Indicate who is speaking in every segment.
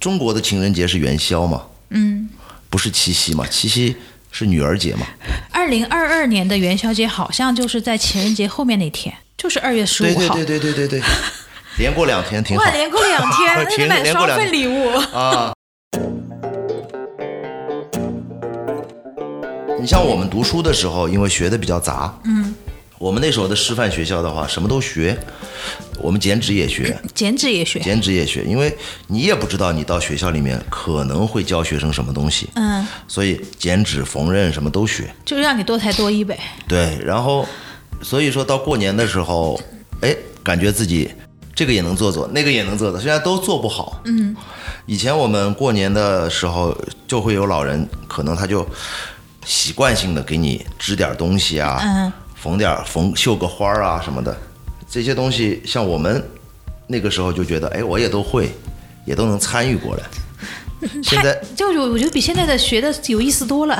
Speaker 1: 中国的情人节是元宵嘛，
Speaker 2: 嗯，
Speaker 1: 不是七夕嘛？七夕是女儿节嘛？
Speaker 2: 二零二二年的元宵节好像就是在情人节后面那天，就是二月十五
Speaker 1: 对
Speaker 2: 号。
Speaker 1: 对对对对对对，连过两天挺好
Speaker 2: 哇，。连过两 天，那
Speaker 1: 停
Speaker 2: 得买
Speaker 1: 连
Speaker 2: 双
Speaker 1: 过两
Speaker 2: 份礼物。
Speaker 1: 啊。你像我们读书的时候，因为学的比较杂，嗯，我们那时候的师范学校的话，什么都学，我们剪纸也学，
Speaker 2: 减脂也学，
Speaker 1: 剪纸也学，因为你也不知道你到学校里面可能会教学生什么东西，
Speaker 2: 嗯，
Speaker 1: 所以剪纸、缝纫什么都学。
Speaker 2: 就让你多才多艺呗。
Speaker 1: 对，然后所以说到过年的时候，哎，感觉自己这个也能做做，那个也能做做，虽然都做不好。嗯，以前我们过年的时候就会有老人，可能他就习惯性的给你织点东西啊，
Speaker 2: 嗯
Speaker 1: 缝点缝绣个花儿啊什么的，这些东西像我们那个时候就觉得，哎，我也都会，也都能参与 过来。现在
Speaker 2: 就是我觉得比现在的学的有意 思多了。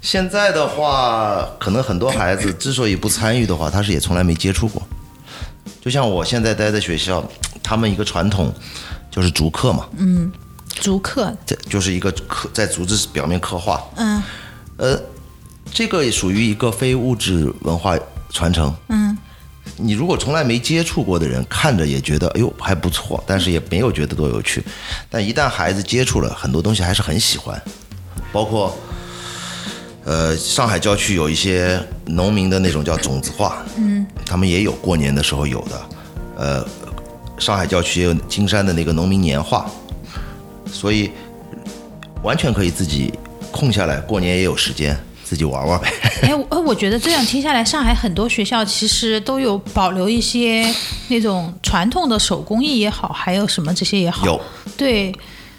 Speaker 1: 现在的话，可能很多孩子之所以不参与的话，他是也从来没接触过。就像我现在待的学校，他们一个传统就是竹刻嘛，
Speaker 2: 逐客，
Speaker 1: 这就是一个刻在竹子表面刻画，
Speaker 2: 嗯
Speaker 1: 呃，这个也属于一个非物质文化传承。
Speaker 2: 嗯，
Speaker 1: 你如果从来没接触过的人，看着也觉得哎呦还不错，但是也没有觉得多有趣。但一旦孩子接触了很多东西，还是很喜欢，包括。呃，上海郊区有一些农民的那种叫种子画，嗯，他们也有过年的时候有的，呃，上海郊区也有金山的那个农民年画，所以完全可以自己空下来，过年也有时间自己玩玩呗。
Speaker 2: 哎，我呃我觉得这样听下来，上海很多学校其实都有保留一些那种传统的手工艺也好，还有什么这些也好。
Speaker 1: 有
Speaker 2: 对，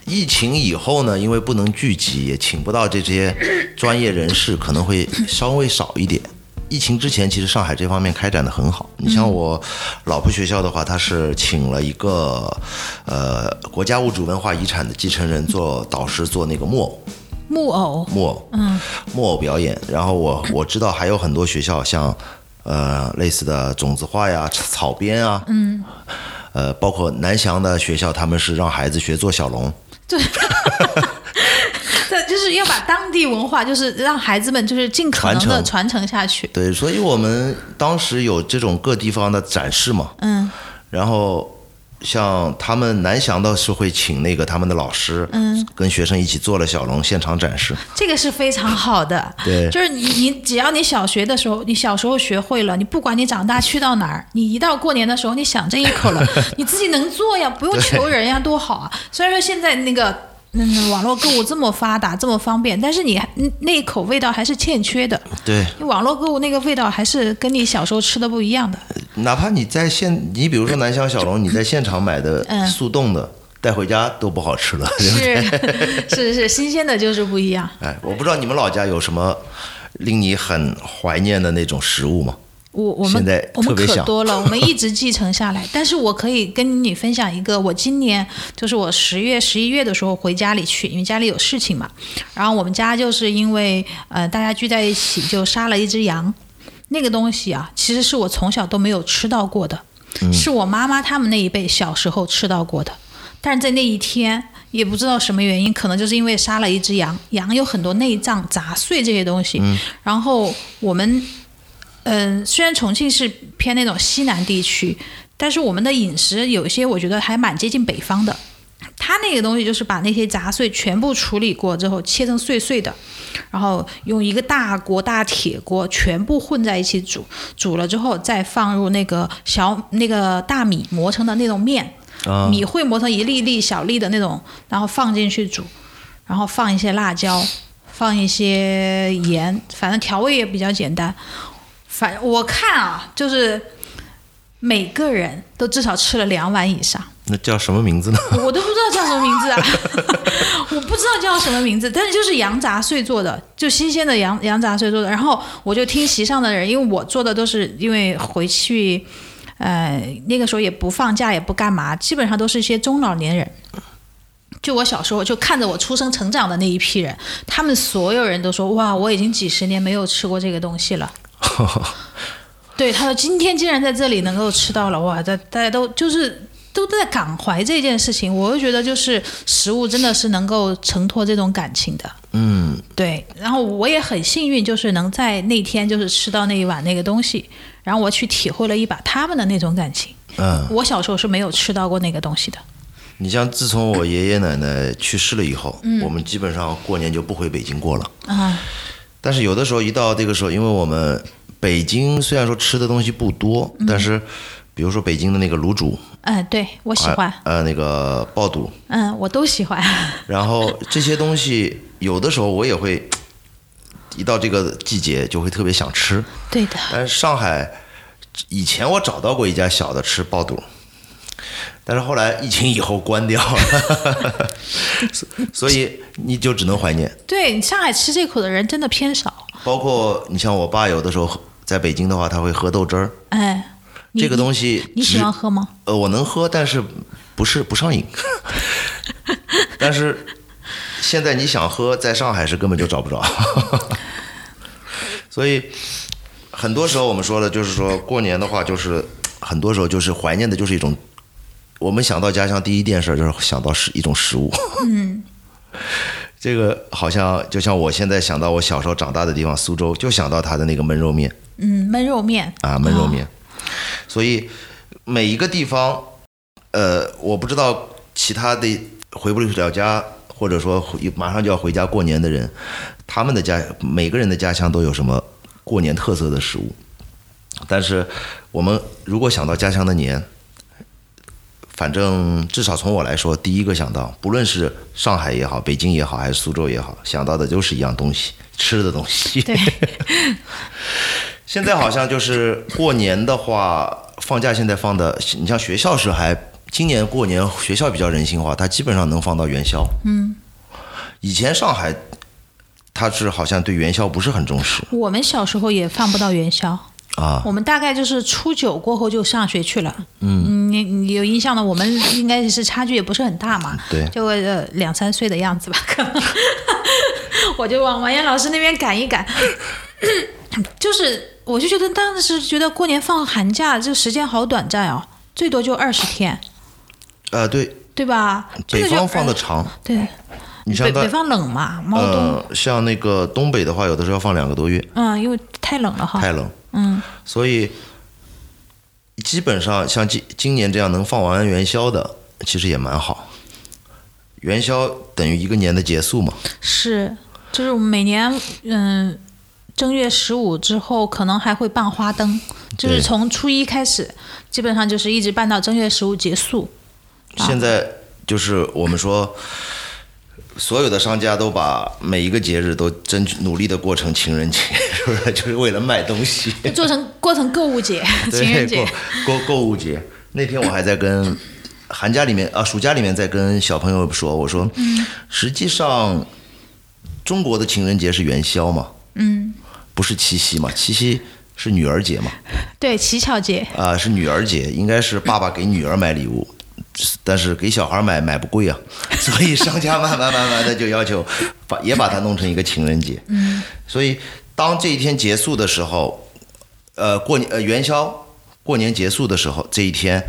Speaker 1: 疫情以后呢，因为不能聚集，也请不到这些专业人士，可能会稍微少一点。疫情之前，其实上海这方面开展的很好。你像我老婆学校的话，她是请了一个呃国家物质文化遗产的继承人做导师，做那个木偶。
Speaker 2: 木偶，
Speaker 1: 木偶，嗯，木偶表演。然后我我知道还有很多学校像，呃，类似的种子画呀、 草编啊，嗯，呃，包括南翔的学校，他们是让孩子学做小龙，
Speaker 2: 对，对，就是要把当地文化，就是让孩子们就是尽可能的
Speaker 1: 传承
Speaker 2: 传承下去。
Speaker 1: 对，所以我们当时有这种各地方的展示嘛，
Speaker 2: 嗯，
Speaker 1: 然后。像他们南翔的是会请那个他们的老师，嗯，跟学生一起做了小龙，现场展示。
Speaker 2: 这个是非常好的。
Speaker 1: 对
Speaker 2: 就是你你只要你小学的时候，你小时候学会了，你不管你长大去到哪儿，你一到过年的时候，你想这一口 了，你自己能做呀，不用求人呀，多好啊！虽然说现在那个。嗯，网络购物这么发达，这么方便，但是你嗯那一口味道还是欠缺的。
Speaker 1: 对，
Speaker 2: 你网络购物那个味道还是跟你小时候吃的不一样的。
Speaker 1: 哪怕你在现，你比如说南翔小龙，你在现场买的
Speaker 2: 嗯
Speaker 1: 速冻的，带回家都不好吃了。
Speaker 2: 是是是，新鲜的就是不一样。
Speaker 1: 哎，我不知道你们老家有什么令你很怀念的那种食物吗？
Speaker 2: 我我
Speaker 1: 现
Speaker 2: 们
Speaker 1: 在
Speaker 2: 我们
Speaker 1: 特别
Speaker 2: 可
Speaker 1: 想
Speaker 2: 多了，我们一直继承 下来。但是我可以跟你分享一个，我今年就是我十月、十一月的时候回家里去，因为家里有事情嘛。然后我们家就是因为呃大家聚在一起就杀了一只羊，那个东西啊，其实是我从小都没有吃到过的，
Speaker 1: 嗯
Speaker 2: 是我妈妈他们那一辈小时候吃到过的。但是在那一天，也不知道什么原因，可能就是因为杀了一只羊，羊有很多内脏、杂碎这些东西。
Speaker 1: 嗯
Speaker 2: 然后我们，嗯、虽然重庆是偏那种西南地区，但是我们的饮食有一些我觉得还蛮接近北方的。它那个东西就是把那些杂碎全部处理过之后，切成碎碎的，然后用一个大锅、大铁锅全部混在一起煮，煮了之后再放入那个小那个大米磨成的那种面，米会磨成一粒粒小粒的那种，然后放进去煮，然后放一些辣椒，放一些盐，反正调味也比较简单。反我看啊，就是每个人都至少吃了两碗以上。
Speaker 1: 那叫什么名字呢？
Speaker 2: 我都不知道叫什么名字啊， 我不知道叫什么名字，但是就是羊杂碎做的，就新鲜的羊羊杂碎做的。然后我就听席上的人，因为我做的都是因为回去，呃，那个时候也不放假也不干嘛，基本上都是一些中老年人。就我小时候就看着我出生成长的那一批人，他们所有人都说哇，我已经几十年没有吃过这个东西了。对，他说今天竟然在这里能够吃到了，哇，大大家都就是都在感怀这件事情，我会觉得就是食物真的是能够承托这种感情的。
Speaker 1: 嗯，
Speaker 2: 对，然后我也很幸运，就是能在那天就是吃到那一碗那个东西，然后我去体会了一把他们的那种感情。
Speaker 1: 嗯，
Speaker 2: 我小时候是没有吃到过那个东西的。
Speaker 1: 你像自从我爷爷奶奶去世了以后，
Speaker 2: 嗯
Speaker 1: 我们基本上过年就不回北京过了。
Speaker 2: 啊，
Speaker 1: 但是有的时候一到这个时候，因为我们北京虽然说吃的东西不多，但是比如说北京的那个卤煮，
Speaker 2: 嗯，对我喜欢，
Speaker 1: 啊呃，那个爆肚，
Speaker 2: 嗯，我都喜 欢。
Speaker 1: 然后这些东西有的时候我也会一到这个季节就会特别想吃。
Speaker 2: 对的，
Speaker 1: 但是上海以前我找到过一家小的吃爆肚，但是后来疫情以后关掉了， 所以你就只能怀念。
Speaker 2: 对上海吃这口的人真的偏少。
Speaker 1: 包括你像我爸，有的时候喝在北京的话，他会喝豆汁儿，
Speaker 2: 哎，你
Speaker 1: 这个东西
Speaker 2: 你喜
Speaker 1: 只
Speaker 2: 欢喝吗？
Speaker 1: 呃，我能喝，但是不是不上瘾。但是现在你想喝，在上海是根本就找不着。 所以很多时候我们说的就是说过年的话，就是很多时候就是怀念的，就是一种我们想到家乡第一件事就是想到是一种食物。嗯。这个好像就像我现在想到我小时候长大的地方苏州，就想到它的那个焖肉面。
Speaker 2: 嗯，焖肉面。
Speaker 1: 啊，焖肉面。所以每一个地方，呃，我不知道其他的回不了家，或者说回马上就要回家过年的人，他们的家每个人的家乡都有什么过年特色的食物。但是我们如果想到家乡的年，反正至少从我来说，第一个想到，不论是上海也好，北京也好，还是苏州也好，想到的都是一样东西，吃的东西。
Speaker 2: 对，
Speaker 1: 现在好像就是过年的话，放假现在放的，你像学校是还今年过年学校比较人性化，它基本上能放到元宵。嗯，以前上海它是好像对元宵不是很重视
Speaker 2: 我们小时候也放不到元宵。
Speaker 1: 啊，
Speaker 2: 我们大概就是初九过后就上学去了。嗯，你你有印象的，我们应该是差距也不是很大嘛，
Speaker 1: 对
Speaker 2: 就呃两三岁的样子吧，可能。 我就往王岩老师那边赶一赶， 就是我就觉得当时觉得过年放寒假这时间好短暂哦，最多就二十天，
Speaker 1: 呃，对，
Speaker 2: 对吧？真
Speaker 1: 北
Speaker 2: 就
Speaker 1: 方放的
Speaker 2: 20
Speaker 1: 长，
Speaker 2: 对，
Speaker 1: 你像
Speaker 2: 北
Speaker 1: 到
Speaker 2: 北方冷嘛，猫冬，
Speaker 1: 呃，像那个东北的话，有的时候要放两个多月，
Speaker 2: 嗯，因为太冷了哈，
Speaker 1: 太冷，
Speaker 2: 嗯，
Speaker 1: 所以基本上像今今年这样能放完元宵的，其实也蛮好。元宵等于一个年的结束嘛，
Speaker 2: 是，就是我们每年，嗯，正月十五之后，可能还会办花灯，就是
Speaker 1: 对
Speaker 2: 从初一开始，基本上就是一直办到正月十五结束。啊
Speaker 1: 现在就是我们说，所有的商家都把每一个节日都争取努力的过成情人节， 是不是？就是为了卖东西，
Speaker 2: 就做成过成购物节、情人
Speaker 1: 对，
Speaker 2: 节
Speaker 1: 购，购购物节。那天我还在跟寒假里面啊，暑假里面在跟小朋友说，我说，
Speaker 2: 嗯
Speaker 1: 实际上中国的情人节是元宵嘛，
Speaker 2: 嗯，
Speaker 1: 不是七夕嘛，七夕是女儿节嘛，
Speaker 2: 对，乞巧节，
Speaker 1: 啊、是女儿节，应该是爸爸给女儿买礼物，但是给小孩买买不贵啊， 所以商家慢慢慢慢的就要求把也把它弄成一个情人节。嗯，所以当这一天结束的时候，呃，过年呃元宵过年结束的时候，这一天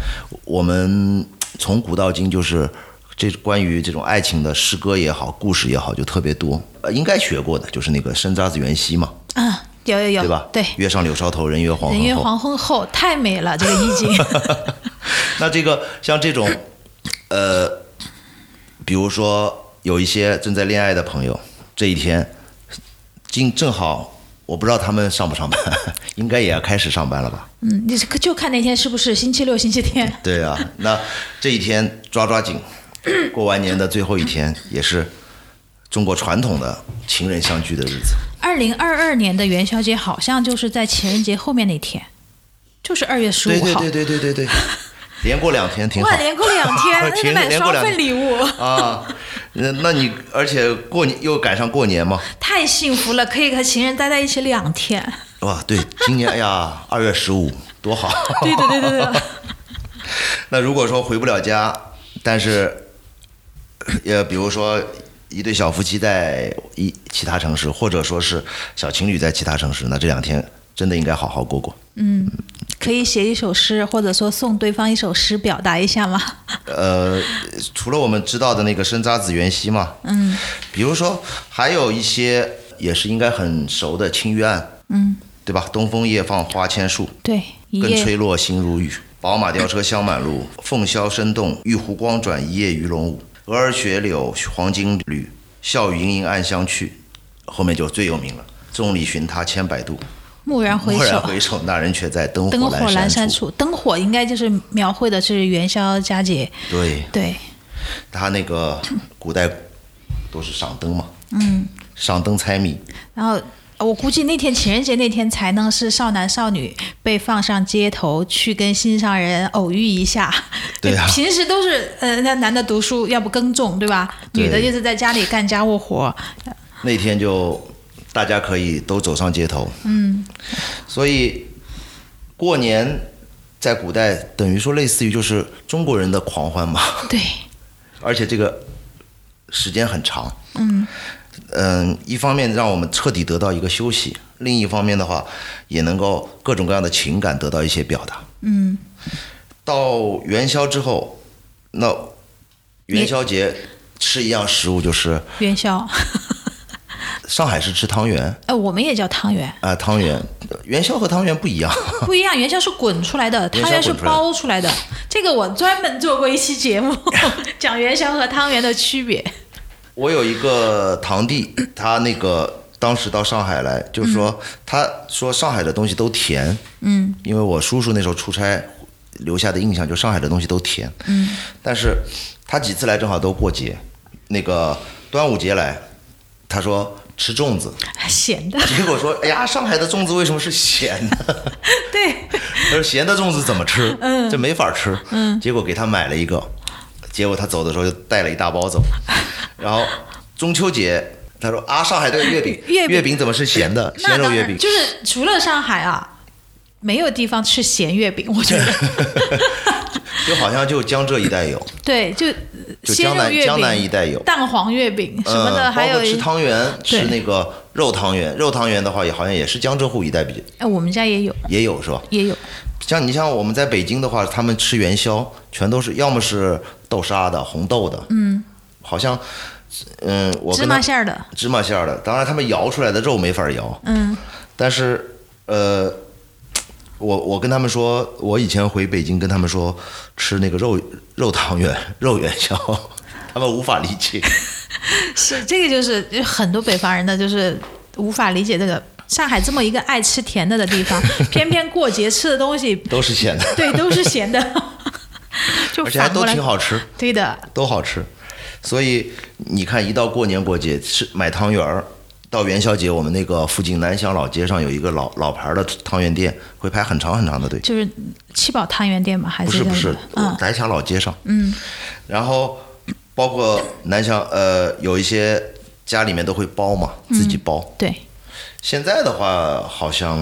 Speaker 1: 我们从古到今就是。这关于这种爱情的诗歌也好，故事也好，就特别多。呃，应该学过的就是那个生渣子元夕嘛，
Speaker 2: 啊，有有有，
Speaker 1: 对吧？
Speaker 2: 对，
Speaker 1: 月上柳梢头，人约黄
Speaker 2: 人
Speaker 1: 昏
Speaker 2: 约
Speaker 1: 后。
Speaker 2: 黄昏后太美了，这个 意境。
Speaker 1: 那这个像这种，呃，比如说有一些正在恋爱的朋友，这一天，今正好，我不知道他们上不上班，应该也要开始上班了吧？
Speaker 2: 嗯，你是就看那天是不是星期六、星期天。
Speaker 1: 对啊，那这一天抓抓紧，过完年的最后一天也是中国传统的情人相聚的日子。
Speaker 2: 二零二二年的元宵节好像就是在情人节后面那天，就是二月十五
Speaker 1: 对
Speaker 2: 号。
Speaker 1: 对对对对对对， 连过两天挺好
Speaker 2: 哇，。连过两 天，那
Speaker 1: 停
Speaker 2: 得买
Speaker 1: 连过
Speaker 2: 双
Speaker 1: 两
Speaker 2: 份礼物，
Speaker 1: 啊，那那你而且过年又赶上过年嘛，
Speaker 2: 太幸福了，可以和情人待在一起两天。
Speaker 1: 哇，对，今年哎呀， 二月十五多好。
Speaker 2: 对对对对对，
Speaker 1: 那如果说回不了家，但是，呃，比如说一对小夫妻在一其他城市，或者说是小情侣在其他城市，那这两天真的应该好好过过。
Speaker 2: 可以写一首诗，或者说送对方一首诗表达一下吗？
Speaker 1: 呃，除了我们知道的那个生渣子袁熙嘛，嗯，比如说还有一些也是应该很熟的清玉案，嗯，对吧？东风夜放花千树，
Speaker 2: 对，一
Speaker 1: 更
Speaker 2: 夜
Speaker 1: 吹落星如雨。宝马吊车香满路，凤箫声动，玉壶光转，一夜鱼龙舞。蛾儿雪柳黄金缕，笑语盈盈暗香去。后面就最有名了，众里寻他千百度，
Speaker 2: 蓦然回
Speaker 1: 蓦然
Speaker 2: 首，
Speaker 1: 回首，那人却在灯
Speaker 2: 灯
Speaker 1: 火
Speaker 2: 火阑
Speaker 1: 珊
Speaker 2: 珊。处。灯火应该就是描绘的是元宵佳节，
Speaker 1: 对，
Speaker 2: 对，
Speaker 1: 他那个古代都是赏灯嘛，嗯，赏灯猜谜，
Speaker 2: 然后呃我估计那天情人节那天才能是少男少女被放上街头去跟心上人偶遇一下。
Speaker 1: 对啊
Speaker 2: 平时都是呃，那男的读书，要不耕种，对吧？
Speaker 1: 对
Speaker 2: 女的就是在家里干家务活。
Speaker 1: 那天就大家可以都走上街头，嗯，所以过年在古代等于说类似于就是中国人的狂欢嘛，
Speaker 2: 对，
Speaker 1: 而且这个时间很长，嗯嗯，一方面让我们彻底得到一个休息，另一方面的话也能够各种各样的情感得到一些表达，嗯，到元宵之后，那元宵节吃一样食物就是
Speaker 2: 元宵，
Speaker 1: 上海是吃汤圆。
Speaker 2: 哎，我们也叫汤 圆，
Speaker 1: 啊，汤圆，呃元宵和汤圆不一样。
Speaker 2: 不一样，元宵是滚出来的，
Speaker 1: 元宵
Speaker 2: 汤圆是
Speaker 1: 滚出来的
Speaker 2: 包出来的。这个我专门做过一期节目， 讲元宵和汤圆的区别。
Speaker 1: 我有一个堂弟，他那个当时到上海来，就是说，他说上海的东西都甜。嗯，因为我叔叔那时候出差留下的印象，就上海的东西都甜。嗯，但是他几次来正好都过节，那个端午节来，他说吃粽子，
Speaker 2: 咸的，
Speaker 1: 结果说，哎呀，上海的粽子为什么是咸的？
Speaker 2: 对，
Speaker 1: 他说咸的粽子怎么吃？
Speaker 2: 嗯
Speaker 1: 这没法吃。结果给他买了一个，结果他走的时候就带了一大包 走。然后中秋节，他说啊，上海这个月饼，
Speaker 2: 月饼
Speaker 1: 月饼怎么是咸的？
Speaker 2: 那
Speaker 1: 咸肉
Speaker 2: 当
Speaker 1: 月
Speaker 2: 然
Speaker 1: 饼。
Speaker 2: 就是除了上海啊，没有地方吃咸月饼，我觉得
Speaker 1: 就好像就江浙一带有，
Speaker 2: 对，就
Speaker 1: 就
Speaker 2: 鲜
Speaker 1: 江
Speaker 2: 肉
Speaker 1: 南
Speaker 2: 月
Speaker 1: 江南一
Speaker 2: 饼、
Speaker 1: 带有。
Speaker 2: 蛋黄月饼 什么的，
Speaker 1: 嗯，包
Speaker 2: 还有
Speaker 1: 括吃
Speaker 2: 一
Speaker 1: 汤圆，吃
Speaker 2: 对
Speaker 1: 那个肉汤圆，肉汤圆的话也好像也是江浙沪一带比较
Speaker 2: 哎，我们家也有，
Speaker 1: 也有是吧？
Speaker 2: 也有，
Speaker 1: 像你像我们在北京的话，他们吃元宵全都是要么是豆沙的、红豆的，嗯，好像，嗯，我
Speaker 2: 芝
Speaker 1: 跟
Speaker 2: 麻
Speaker 1: 他
Speaker 2: 馅儿的，
Speaker 1: 芝麻馅儿的，当然他们摇出来的肉没法摇，
Speaker 2: 嗯，
Speaker 1: 但是呃，我我跟他们说，我以前回北京跟他们说吃那个肉肉汤圆、肉元宵， 他们无法理解。
Speaker 2: 是这个就是就很多北方人的就是无法理解这个上海这么一个爱吃甜的的地方，偏偏过节吃的东西，
Speaker 1: 都是咸的，
Speaker 2: 对，都是咸的， 就
Speaker 1: 而且还
Speaker 2: 反
Speaker 1: 都
Speaker 2: 过来
Speaker 1: 挺，好吃。
Speaker 2: 对的，
Speaker 1: 都好吃。所以你看，一到过年过节吃买汤圆儿，到元宵节，我们那个附近南翔老街上有一个老老牌儿的汤圆店，会排很长很长的队。
Speaker 2: 就是七宝汤圆店嘛，还
Speaker 1: 不是
Speaker 2: 叫
Speaker 1: 不
Speaker 2: 什
Speaker 1: 是
Speaker 2: 么，嗯，
Speaker 1: 南翔老街上。嗯。然后包括南翔呃，有一些家里面都会包嘛，自己包。
Speaker 2: 对，
Speaker 1: 现在的话，好像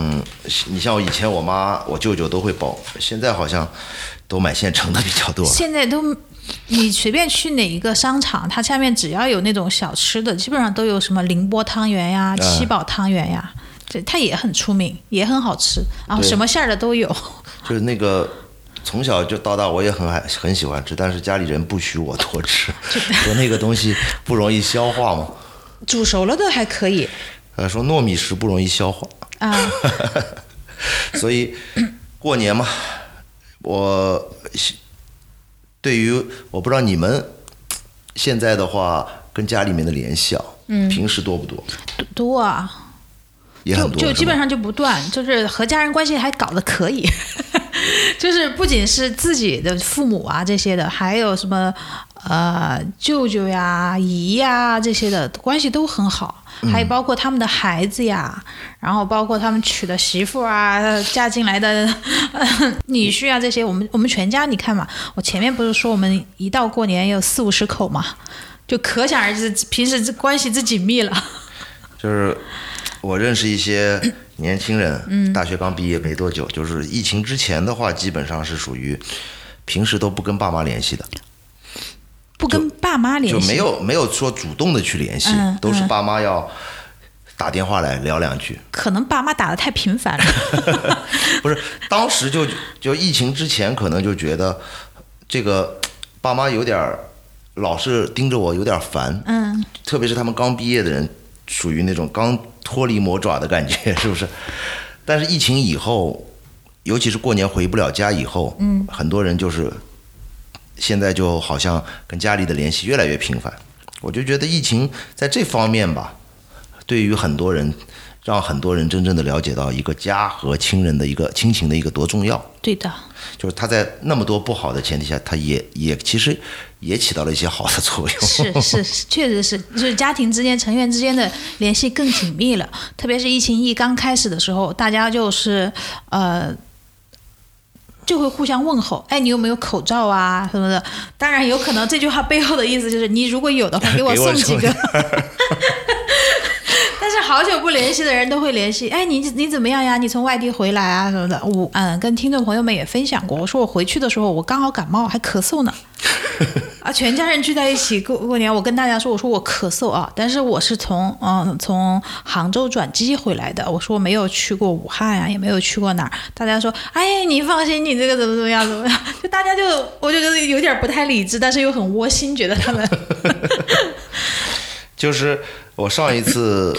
Speaker 1: 你像我以前我妈我舅舅都会包，现在好像都买现成的比较多了。
Speaker 2: 现在都，你随便去哪一个商场，它下面只要有那种小吃的，基本上都有什么宁波汤圆呀、
Speaker 1: 哎
Speaker 2: 七宝汤圆呀，这它也很出名，也很好吃，然后
Speaker 1: 对
Speaker 2: 什么馅儿的都有。
Speaker 1: 就是那个从小就到大，我也很爱很喜欢吃，但是家里人不许我多吃，说那个东西不容易消化嘛，
Speaker 2: 煮熟了的还可以
Speaker 1: 呃，说糯米食不容易消化，
Speaker 2: 啊，
Speaker 1: 所以过年嘛，我对于我不知道你们现在的话跟家里面的联系啊，嗯，平时多不多？
Speaker 2: 多啊。
Speaker 1: 也
Speaker 2: 就
Speaker 1: 很多，
Speaker 2: 就基
Speaker 1: 是吗
Speaker 2: 本上就不断，就是和家人关系还搞得可以， 就是不仅是自己的父母啊这些的，还有什么呃舅舅呀、姨呀这些的关系都很好，
Speaker 1: 嗯
Speaker 2: 还有包括他们的孩子呀，然后包括他们娶的媳妇啊、嫁进来的 女婿啊这些，我们我们全家你看嘛，我前面不是说我们一到过年有四五十口嘛，就可想而知平时这关系之紧密了。
Speaker 1: 就是我认识一些年轻人，
Speaker 2: 嗯
Speaker 1: 大学刚毕业没多久，就是疫情之前的话，基本上是属于平时都不跟爸妈联系的，
Speaker 2: 不跟爸妈联
Speaker 1: 就
Speaker 2: 系，
Speaker 1: 没有没有说主动的去联系，
Speaker 2: 嗯
Speaker 1: 都是爸妈要打电话来聊两句。
Speaker 2: 可能爸妈打的太频繁了，
Speaker 1: 不是，当时就就疫情之前，可能就觉得这个爸妈有点儿老是盯着我，有点儿烦。
Speaker 2: 嗯，
Speaker 1: 特别是他们刚毕业的人，属于那种刚脱离魔爪的感觉， 是不是？但是疫情以后，尤其是过年回不了家以后，嗯，很多人就是现在就好像跟家里的联系越来越频繁。我就觉得疫情在这方面吧，对于很多人，让很多人真正的了解到一个家和亲人的一个亲情的一个多重要。
Speaker 2: 对的，
Speaker 1: 就是他在那么多不好的前提下，他也也其实也起到了一些好的作用。
Speaker 2: 是是是，确实是，就是家庭之间成员之间的联系更紧密了。特别是疫情一刚开始的时候，大家就是呃。就会互相问候，哎，你有没有口罩啊什么的？当然，有可能这句话背后的意思就是，你如果有的话， 给我
Speaker 1: 给我
Speaker 2: 送几
Speaker 1: 送
Speaker 2: 个。但是好久不联系的人都会联系，哎，你你怎么样呀？你从外地回来啊什么的。我嗯，跟听众朋友们也分享过，我说我回去的时候我刚好感冒还咳嗽呢，啊，全家人聚在一起过过年，我跟大家说，我说我咳嗽啊，但是我是从嗯从杭州转机回来的，我说我没有去过武汉啊呀、也没有去过哪儿。大家说，哎，你放心，你这个怎么怎么样怎么样？ 就大家就我就觉得有点不太理智，但是又很窝心，觉得他们
Speaker 1: 就是我上一 次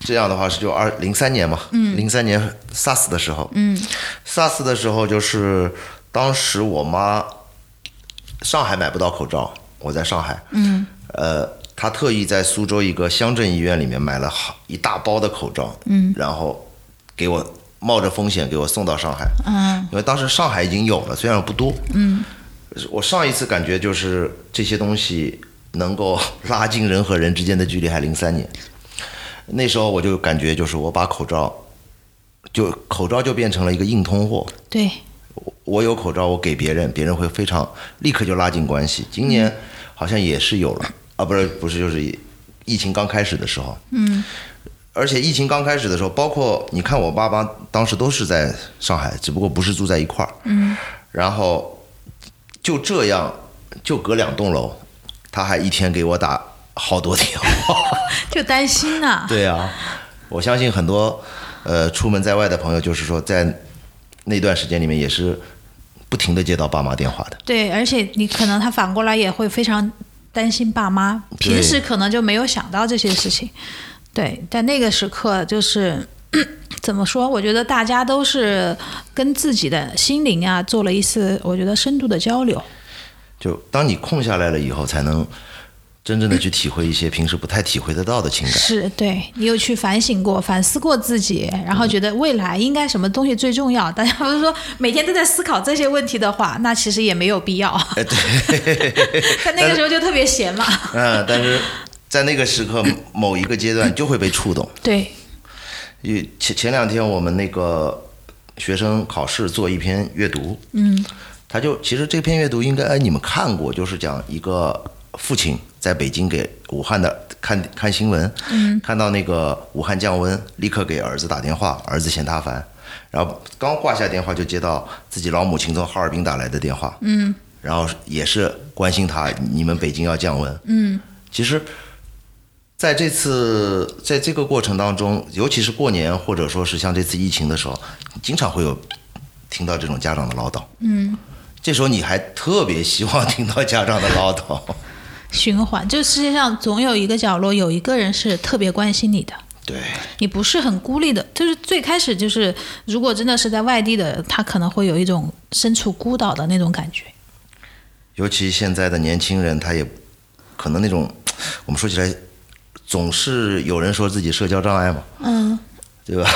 Speaker 1: 这样的话是就二零三年嘛，零三年 SARS 的时候，嗯，SARS 的时候就是当时我妈上海买不到口罩，我在上海，嗯，呃，她特意在苏州一个乡镇医院里面买了好一大包的口罩，嗯，然后给我冒着风险给我送到上海，嗯，因为当时上海已经有了，虽然不多，嗯，我上一次感觉就是这些东西能够 拉近人和人之间的距离，还零三年，那时候我就感觉就是我把口罩，就口罩就变成了一个硬通货，
Speaker 2: 对
Speaker 1: 我我有口罩，我给别人，别人会非常立刻就拉近关系。今年好像也是有了、啊，不是不是，就是疫情刚开始的时候，嗯，而且疫情刚开始的时候，包括你看我爸妈当时都是在上海，只不过不是住在一块儿，嗯，然后就这样，就隔两栋楼，他还一天给我打好多电话。
Speaker 2: 就担心呐、
Speaker 1: 对啊，我相信很多呃出门在外的朋友，就是说在那段时间里面也是不停的接到爸妈电话的。
Speaker 2: 对，而且你可能他反过来也会非常担心爸妈，
Speaker 1: 对
Speaker 2: 平时可能就没有想到这些事情。对，在那个时刻，就是 怎么说？我觉得大家都是跟自己的心灵啊做了一次，我觉得深度的交流。
Speaker 1: 就当你空下来了以后，才能真正的去体会一些平时不太体会得到的 情感。
Speaker 2: 是对你有去反省过、反思过自己，然后觉得未来应该什么东西最重要？大家不是说每天都在思考这些问题的话，那其实也没有必要。 在那个时候就特别闲嘛。
Speaker 1: 嗯，但是在那个时刻某一个阶段就会被触动。
Speaker 2: 对，
Speaker 1: 因为前前两天我们那个学生考试做一篇阅读，嗯，他就其实这篇阅读应该哎你们看过，就是讲一个父亲在北京给武汉的看看新闻，嗯，看到那个武汉降温，立刻给儿子打电话，儿子嫌他烦，然后刚挂下电话就接到自己老母亲从哈尔滨打来的电话，嗯，然后也是关心他，你们北京要降温，嗯，其实。在这次在这个过程当中，尤其是过年或者说是像这次疫情的时候，经常会有听到这种家长的唠叨。嗯，这时候你还特别希望听到家长的唠叨。
Speaker 2: 循环，就世界上总有一个角落有一个人是特别关心你的，
Speaker 1: 对，
Speaker 2: 你不是很孤立的。就是最开始就是，如果真的是在外地的，他可能会有一种身处孤岛的那种感觉。
Speaker 1: 尤其现在的年轻人，他也可能那种我们说起来，总是有人说自己社交障碍嘛。
Speaker 2: 嗯，
Speaker 1: 对 吧？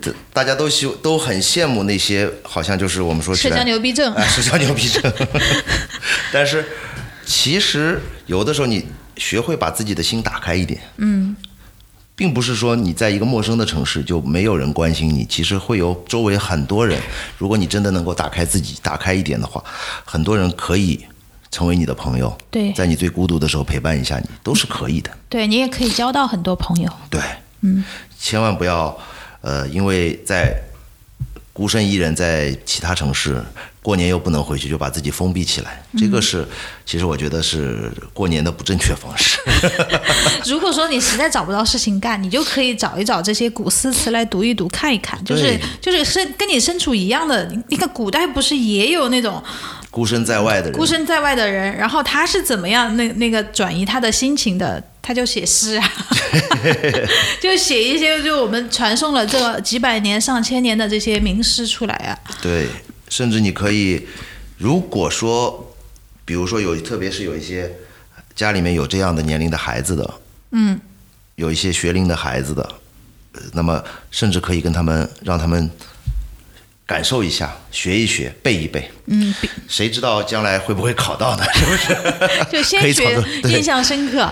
Speaker 1: 这大家都希都很羡慕那些好像就是我们说起
Speaker 2: 社
Speaker 1: 来
Speaker 2: 交牛逼症，
Speaker 1: 哎，社交牛逼症。 但是其实有的时候你学会把自己的心打开一点，嗯，并不是说你在一个陌生的城市就没有人关心你，其实会有周围很多人。如果你真的能够打开自己，打开一点的话，很多人可以。成为你的朋友，
Speaker 2: 对
Speaker 1: 在你最孤独的时候陪伴一下你，都是可以的。
Speaker 2: 对你也可以交到很多朋友。
Speaker 1: 对，嗯，千万不要，呃，因为在孤身一人在其他城市，过年又不能回去，就把自己封闭起来。这个是，其实我觉得是过年的不正确方式。
Speaker 2: 如果说你实在找不到事情干，你就可以找一找这些古诗词来读一读、看一看，就是
Speaker 1: 对
Speaker 2: 就是身跟你身处一样的。你你看古代不是也有那种
Speaker 1: 孤身在外的人，
Speaker 2: 孤身在外的人，然后他是怎么样那那个转移他的心情的？他就写诗啊， 就写一些就我们传颂了这几百年、上千年的这些名诗出来啊。
Speaker 1: 对，甚至你可以，如果说，比如说有，特别是有一些家里面有这样的年龄的孩子的，
Speaker 2: 嗯，
Speaker 1: 有一些学龄的孩子的，呃那么甚至可以跟他们让他们感受一下，学一学，背一背。
Speaker 2: 嗯，比
Speaker 1: 谁知道将来会不会考到呢？ 是不是？
Speaker 2: 就
Speaker 1: 可
Speaker 2: 先
Speaker 1: 以
Speaker 2: 学
Speaker 1: 炒作对
Speaker 2: 印象深刻。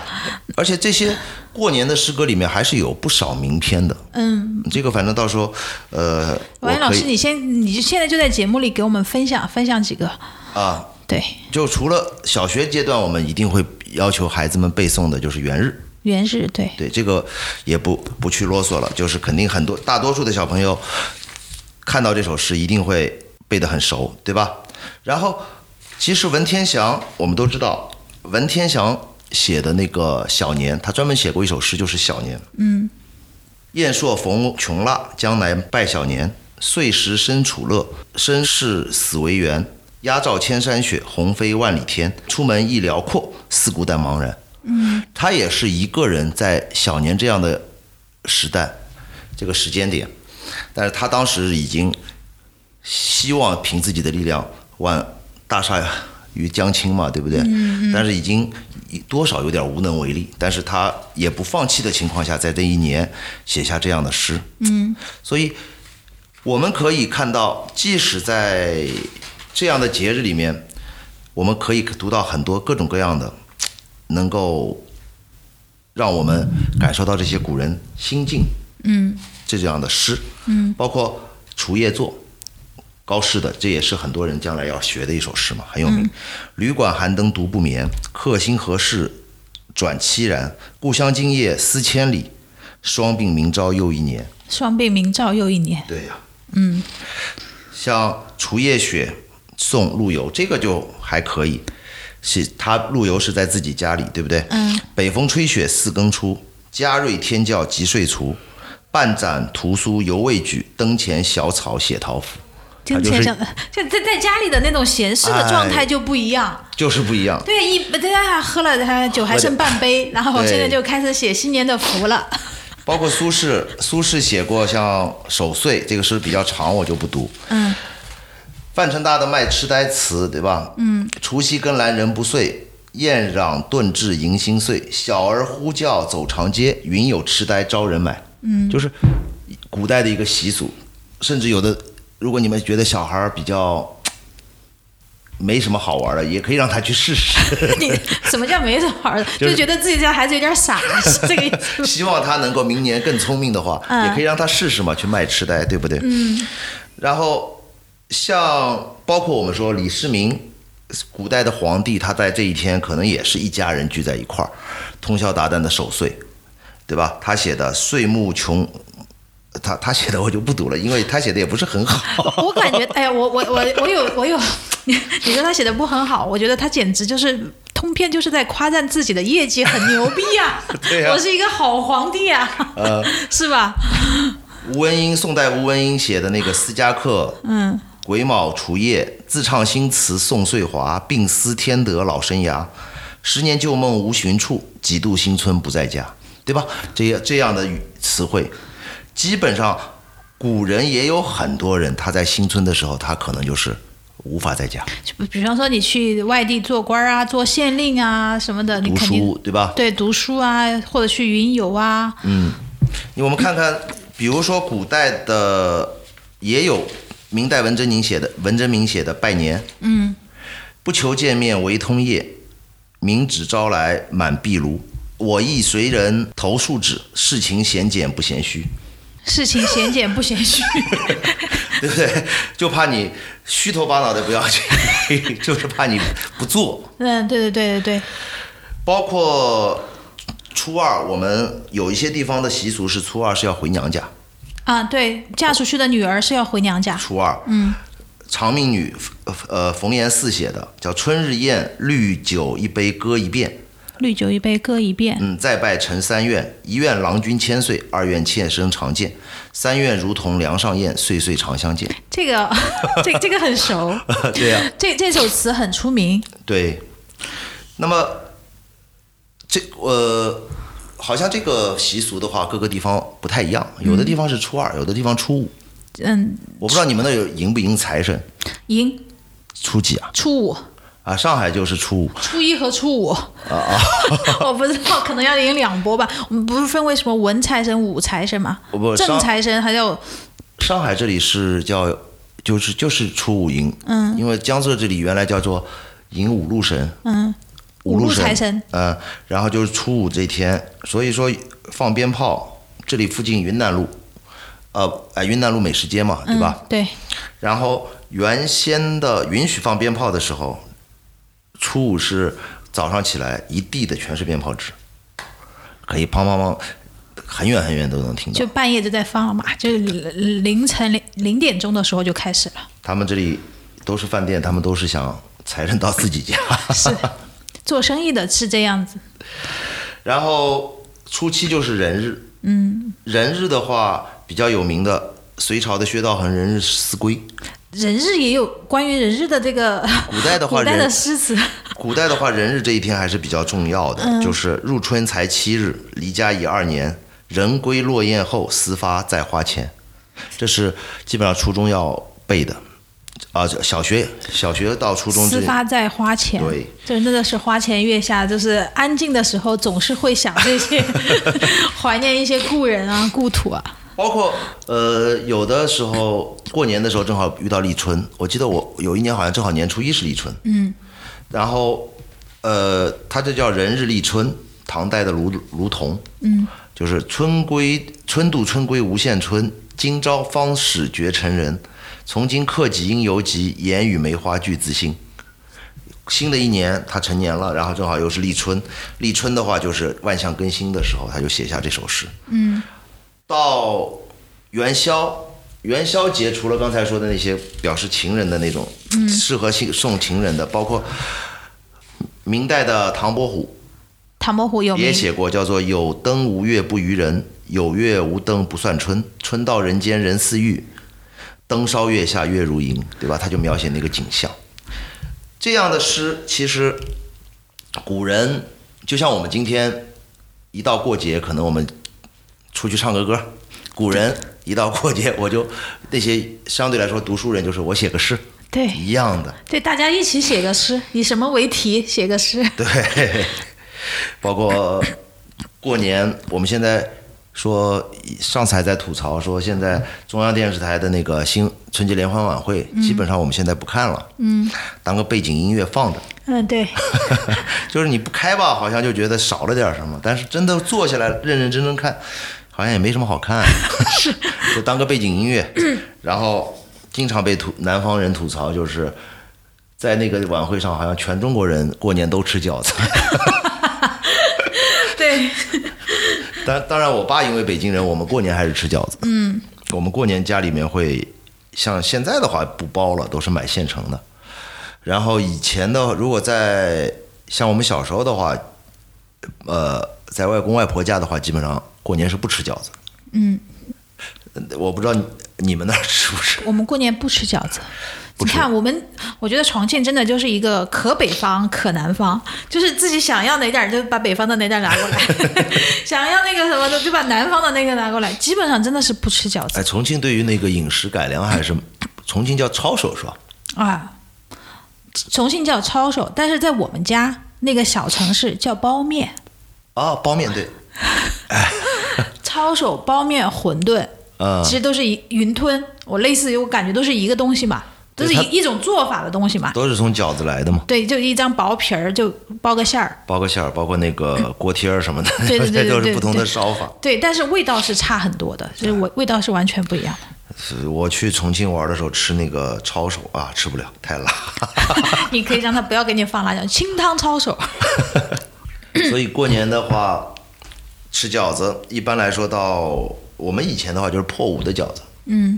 Speaker 1: 而且这些过年的诗歌里面还是有不少名篇的。
Speaker 2: 嗯，
Speaker 1: 这个反正到时候，呃，我
Speaker 2: 王岩老
Speaker 1: 可以
Speaker 2: 师，你先，你就现在就在节目里给我们分享分享几个。
Speaker 1: 啊，
Speaker 2: 对，
Speaker 1: 就除了小学阶段，我们一定会要求孩子们背诵的就是元日。
Speaker 2: 元日对，
Speaker 1: 对，这个也不不去啰嗦了，就是肯定很多大多数的小朋友看到这首诗一定会背得很熟，对吧？然后，其实文天祥我们都知道，文天祥写的那个《小年》，他专门写过一首诗，就是《小年》。嗯。燕朔逢穷腊，江南拜小年。岁时身处乐，身世死为缘。压照千山雪，红飞万里天。出门意辽阔，思故淡茫然。他也是一个人在小年这样的时代，这个时间点，但是他当时已经希望凭自己的力量挽大厦于将倾嘛，对不对？但是已经多少有点无能为力，但是他也不放弃的情况下，在这一年写下这样的诗。嗯，所以我们可以看到，即使在这样的节日里面，我们可以读到很多各种各样的，能够让我们感受到这些古人心境，
Speaker 2: 嗯，
Speaker 1: 这样的诗，嗯，包括除夜作。高适的，这也是很多人将来要学的一首诗嘛，很有名。旅馆寒灯独不眠，客心何事转凄然。故乡今夜思千里，双鬓明朝又一年。
Speaker 2: 双鬓明照又一年。
Speaker 1: 对呀、嗯，像《除夜雪》送陆游，这个就还可以，是他陆游是在自己家里，对不对？
Speaker 2: 嗯。
Speaker 1: 北风吹雪四更初，佳瑞天教即睡除。半盏屠苏犹未举，灯前小草写桃符。他
Speaker 2: 跟
Speaker 1: 就
Speaker 2: 前
Speaker 1: 是哎
Speaker 2: 想的， 就在在家里的那种闲适的状态就不一样。
Speaker 1: 就是不一样。
Speaker 2: 对，一大家喝了还酒还剩半杯，然后现在就开始写新年的福 了。
Speaker 1: 包括苏轼，苏轼写过像《守岁》这个诗比较长，我就不读。
Speaker 2: 嗯，
Speaker 1: 范成大的《卖痴呆词》，对吧？嗯。除夕更阑人不睡，燕壤顿至迎新岁。小儿呼叫走长街，云有痴呆招人买。嗯，就是古代的一个习俗，甚至有的，如果你们觉得小孩儿比较没什么好玩的，也可以让他去试试。
Speaker 2: 你什么叫没什么玩的？
Speaker 1: 就是
Speaker 2: 就觉得自己家孩子有点傻，是这个意 思吗。
Speaker 1: 希望他能够明年更聪明的话，
Speaker 2: 嗯
Speaker 1: 也可以让他试试嘛，去卖痴呆，对不对？嗯。然后像包括我们说李世民，古代的皇帝，他在这一天可能也是一家人聚在一块儿，通宵达旦的守岁，对吧？他写的“岁暮穷”，他他写的我就不读了，因为他写的也不是很好。
Speaker 2: 我感觉，哎呀，我我我我有我有， 你你说他写的不很好，我觉得他简直就是通篇就是在夸赞自己的业绩很牛逼啊！
Speaker 1: 对啊呃
Speaker 2: 我是一个好皇帝啊， 是吧？
Speaker 1: 吴文英，宋代吴文英写的那个《思嘉客》，嗯，癸卯除夜，自唱新词送岁华，病思天德老生涯，十年旧梦无寻处，几度新春不在家，对吧？这样这样的语词汇，基本上古人也有很多人，他在新春的时候，他可能就是无法在家
Speaker 2: 就比比方说你去外地做官啊、做县令啊什么的，你
Speaker 1: 读
Speaker 2: 肯定
Speaker 1: 书，对吧？
Speaker 2: 对读书啊，或者去云游啊，
Speaker 1: 我们看看，比如说古代的也有明代文征明写的文征明写的《拜年》，嗯，不求见面唯通夜，明指朝来满壁炉。我亦随人投数指，事情显简不嫌虚，
Speaker 2: 事情显简不嫌虚。
Speaker 1: 对不对？就怕你虚头巴脑的不要紧，就是怕你不做。
Speaker 2: 嗯，对对对对对，
Speaker 1: 包括初二，我们有一些地方的习俗是初二是要回娘家，
Speaker 2: 啊，对，嫁出去的女儿是要回娘家。
Speaker 1: 初二，嗯，长命女呃呃冯延巳写的，叫《春日宴》，绿酒一杯歌一遍。
Speaker 2: 绿酒一杯歌一遍，
Speaker 1: 嗯，再拜陈三愿，一愿郎君千岁，二愿妾身常见，三愿如同梁上燕，岁岁常相见。
Speaker 2: 这个 这这个很熟，
Speaker 1: 对呀、
Speaker 2: 这这首词很出名。
Speaker 1: 对。那么这呃，好像这个习俗的话，各个地方不太一样，有的地方是初二，有的地方初五。
Speaker 2: 嗯，
Speaker 1: 我不知道你们那有迎不迎财神？
Speaker 2: 迎
Speaker 1: 初几啊？
Speaker 2: 初五、
Speaker 1: 啊，上海就是初五。
Speaker 2: 初一和初五。哦 我不知道，可能要迎两波吧。我们不是分为什么文财神、武财神嘛
Speaker 1: 不不？
Speaker 2: 正
Speaker 1: 上
Speaker 2: 财神还有
Speaker 1: 上海这里是叫，就是就是初五迎，嗯，因为江浙这里原来叫做迎五路神，嗯，
Speaker 2: 五
Speaker 1: 五
Speaker 2: 路
Speaker 1: 路
Speaker 2: 财神，
Speaker 1: 呃，然后就是初五这天，所以说放鞭炮，这里附近云南路，呃，哎，云南路美食街嘛，对吧？
Speaker 2: 嗯对，
Speaker 1: 然后原先的允许放鞭炮的时候，初五是早上起来一地的全是鞭炮纸，可以砰砰砰，很远很远都能听到
Speaker 2: 就。半夜就在放了嘛，就凌晨零零点钟的时候就开始了。
Speaker 1: 他们这里都是饭店，他们都是想财神到自己家。
Speaker 2: 是做生意的是这样子，
Speaker 1: 然后初期就是人日，嗯，人日的话比较有名的，隋朝的薛道衡《人日思归》，
Speaker 2: 人日也有关于人日的这个
Speaker 1: 古代的话
Speaker 2: 古代的
Speaker 1: 人
Speaker 2: 诗词，
Speaker 1: 古代的话，人日这一天还是比较重要的，
Speaker 2: 嗯
Speaker 1: 就是入春才七日，离家已二年，人归落雁后，私发在花前。这是基本上初中要背的，啊、小学小学到初中
Speaker 2: 私
Speaker 1: 这
Speaker 2: 发在花前，
Speaker 1: 对，
Speaker 2: 就真的是花前月下，就是安静的时候总是会想 这些，怀念一些故人啊、故土啊。
Speaker 1: 包括呃，有的时候过年的时候正好遇到立春，我记得我有一年好像正好年初一是立春，嗯，然后呃，它这叫人日立春，唐代的卢卢仝，嗯，就是春归春度春归无限春，今朝方始觉成人，从今克己应犹急，言语梅花俱自新。新的一年他成年了，然后正好又是立春，立春的话就是万象更新的时候，他就写下这首诗。到元宵，元宵节除了刚才说的那些表示情人的那种，适合信送情人的，包括明代的唐伯虎
Speaker 2: 唐伯虎有名
Speaker 1: 也，写过，叫做“有灯无月不娱人，有月无灯不算春，春到人间人似玉，灯烧月下月如银”，对吧？他就描写那个景象。这样的诗，其实古人就像我们今天一到过节，可能我们出去唱个歌。古人一到过节，我就那些相对来说读书人，就是我写个诗
Speaker 2: 对
Speaker 1: 一样的。
Speaker 2: 对，大家一起写个诗，以什么为题写个诗？
Speaker 1: 对， 包括过年，我们现在说上次还在吐槽说，现在中央电视台的那个新春节联欢晚会，基本上我们现在不看了，嗯，当个背景音乐放着，
Speaker 2: 嗯，对，
Speaker 1: 就是你不开吧，好像就觉得少了点什么，但是真的坐下来认认真真看，好像也没什么好看， 是，嗯就当个背景音乐，然后经常被吐南方人吐槽就是。在那个晚会上，好像全中国人过年都吃饺子。
Speaker 2: 对，
Speaker 1: 当当然，我爸因为北京人，我们过年还是吃饺子。嗯，我们过年家里面会像现在的话不包了，都是买现成的。然后以前的，如果在像我们小时候的话，呃，在外公外婆家的话，基本上过年是不吃饺子。嗯，我不知道你你们那儿是不是？
Speaker 2: 我们过年不吃饺子。你
Speaker 1: 吃
Speaker 2: 看，我们我觉得重庆真的就是一个可北方可南方，就是自己想要哪点儿就把北方的哪点儿拿过来， 想要那个什么的就把南方的那个拿过来，基本上真的是不吃饺子
Speaker 1: 哎，重庆对于那个饮食改良还是重庆叫抄手是吧？
Speaker 2: 啊。重庆叫抄手，但是在我们家那个小城市叫包面，
Speaker 1: 啊，包面对，
Speaker 2: 抄手、包面、馄饨，
Speaker 1: 嗯
Speaker 2: 其实都是一云吞，我类似于我感觉都是一个东西嘛，都是
Speaker 1: 对它
Speaker 2: 一一种做法的东西嘛。
Speaker 1: 都是从饺子来的嘛。
Speaker 2: 对，就一张薄皮儿，就包个馅儿，
Speaker 1: 包括馅儿，包括那 个锅贴儿什么的，
Speaker 2: 对 对对对
Speaker 1: 都
Speaker 2: 对
Speaker 1: 是不同的
Speaker 2: 对
Speaker 1: 烧法。
Speaker 2: 对，但是味道是差很多的，就是味味道是完全不一样的。
Speaker 1: 是我去重庆玩的时候吃那个抄手啊，吃不了，太 辣。
Speaker 2: 你可以让他不要给你放辣椒，清汤抄手。
Speaker 1: 所以过年的话，吃饺子一般来说到我们以前的话就是破五的饺子，嗯，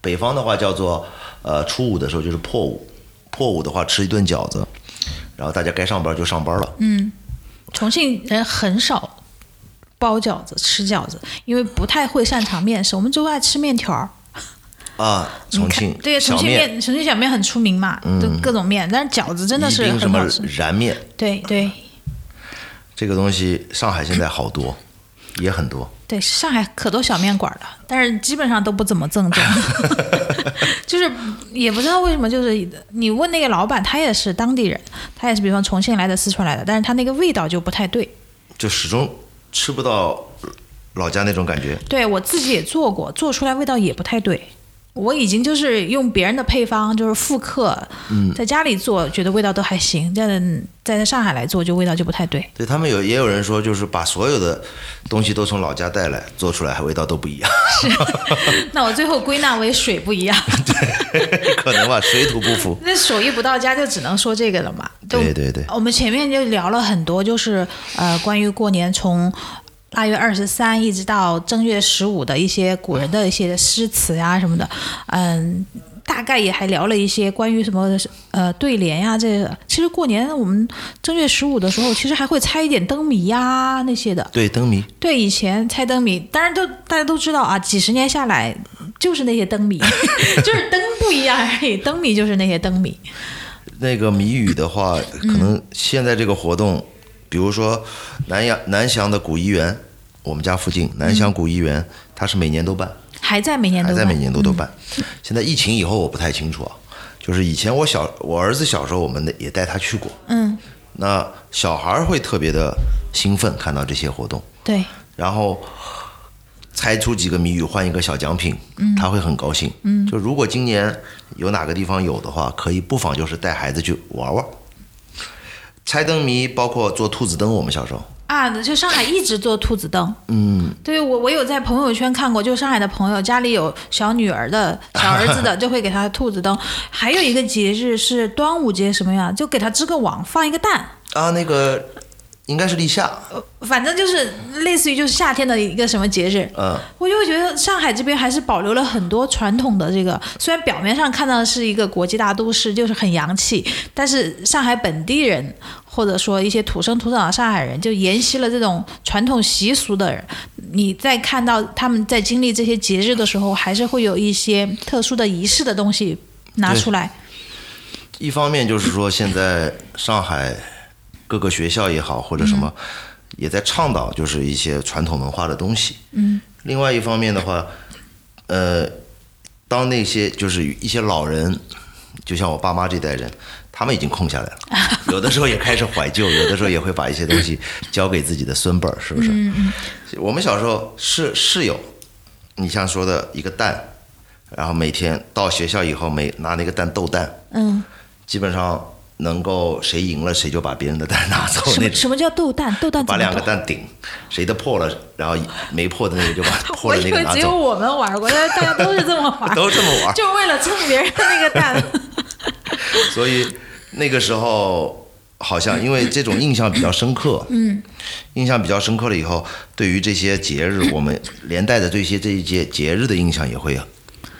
Speaker 1: 北方的话叫做呃，初五的时候就是破五，破五的话吃一顿饺子，然后大家该上班就上班了。
Speaker 2: 嗯重庆人很少包饺子、吃饺子，因为不太会擅长面食，我们都爱吃面条儿。
Speaker 1: 啊，重庆
Speaker 2: 对，重
Speaker 1: 小
Speaker 2: 庆
Speaker 1: 面，嗯
Speaker 2: 面，重庆小面很出名嘛，就各种面，但是饺子真的
Speaker 1: 宜
Speaker 2: 是
Speaker 1: 宾什
Speaker 2: 很
Speaker 1: 么
Speaker 2: 好吃。
Speaker 1: 燃面，
Speaker 2: 对对
Speaker 1: 这个东西上海现在好多，也很多。
Speaker 2: 对，上海可多小面馆了，但是基本上都不怎么正宗， 就是也不知道为什么，就是你问那个老板，他也是当地人，他也是比方重庆来的、四川来的，但是他那个味道就不太对。
Speaker 1: 就始终吃不到老家那种感觉。
Speaker 2: 对我自己也做过，做出来味道也不太对。我已经就是用别人的配方，就是复刻，在家里做觉得味道都还行，但是在上海来做就味道就不太对。
Speaker 1: 对他们有也有人说，就是把所有的东西都从老家带来，做出来味道都不一样，
Speaker 2: 那我最后归纳为水不一样，
Speaker 1: 可能吧，水土不服。
Speaker 2: 那手艺不到家就只能说这个了嘛。就
Speaker 1: 对对对
Speaker 2: 我们前面就聊了很多，就是呃关于过年从。腊月二十三一直到正月十五的一些古人的一些诗词呀、什么的，嗯，大概也还聊了一些关于什么呃对联呀、这个。其实过年我们正月十五的时候，其实还会猜一点灯谜呀、那些的。
Speaker 1: 对灯谜，
Speaker 2: 对，以前猜灯谜，当然都大家都知道啊，几十年下来就是那些灯谜， 就是灯不一样而已，灯谜就是那些灯谜。
Speaker 1: 那个谜语的话，可能现在这个活动，比如说南阳南翔的古一园，我们家附近南翔古一园，它是每年都办，
Speaker 2: 还在每年
Speaker 1: 还
Speaker 2: 都
Speaker 1: 在
Speaker 2: 办嗯
Speaker 1: 每年都都办。现在疫情以后我不太清楚啊，就是以前我小我儿子小时候，我们的也带他去过。
Speaker 2: 嗯，
Speaker 1: 那小孩儿会特别的兴奋，看到这些活动，
Speaker 2: 对，
Speaker 1: 然后猜出几个谜语换一个小奖品，他会很高兴。嗯，就如果今年有哪个地方有的话，可以不妨就是带孩子去玩玩。猜灯谜包括做兔子灯，我们小时候
Speaker 2: 啊，就上海一直做兔子灯。嗯，对我我有在朋友圈看过，就上海的朋友家里有小女儿 的、小儿子的，就会给他兔子灯。还有一个节日是端午节，什么呀？就给他织个网，放一个蛋。
Speaker 1: 啊，那个应该是立夏，
Speaker 2: 反正就是类似于就是夏天的一个什么节日，
Speaker 1: 嗯，
Speaker 2: 我就会觉得上海这边还是保留了很多传统的这个，虽然表面上看到是一个国际大都市，就是很洋气，但是上海本地人或者说一些土生土长的上海人，就沿袭了这种传统习俗的人，你在看到他们在经历这些节日的时候，还是会有一些特殊的仪式的东西拿出来，
Speaker 1: 一方面就是说，现在上海各个学校也好，或者什么，也在倡导就是一些传统文化的东西。嗯。另外一方面的话，呃，当那些就是一些老人，就像我爸妈这代人，他们已经空下来了，有的时候也开始怀旧，有的时候也会把一些东西交给自己的孙辈儿，是不是？我们小时候是是有，你像说的一个蛋，然后每天到学校以后，每拿那个蛋斗蛋。
Speaker 2: 嗯，
Speaker 1: 基本上能够谁赢了谁就把别人的蛋拿走
Speaker 2: 什
Speaker 1: 那
Speaker 2: 么
Speaker 1: 种，
Speaker 2: 什么叫斗蛋？斗蛋怎
Speaker 1: 把
Speaker 2: 么
Speaker 1: 两个
Speaker 2: 斗？
Speaker 1: 蛋顶，谁的破了，然后没破的那个就 把破
Speaker 2: 我
Speaker 1: 的那
Speaker 2: 以
Speaker 1: 个
Speaker 2: 为
Speaker 1: 拿
Speaker 2: 只有
Speaker 1: 走，
Speaker 2: 我们玩过，但是大家都是这么 玩。
Speaker 1: 都这么玩。
Speaker 2: 就为了蹭别人的那个蛋。
Speaker 1: 所以那个时候好像因为这种印象比较深 刻，嗯，印象比较深刻了以后，对于这些节日，我们连带着对一些这一些节日的印象也会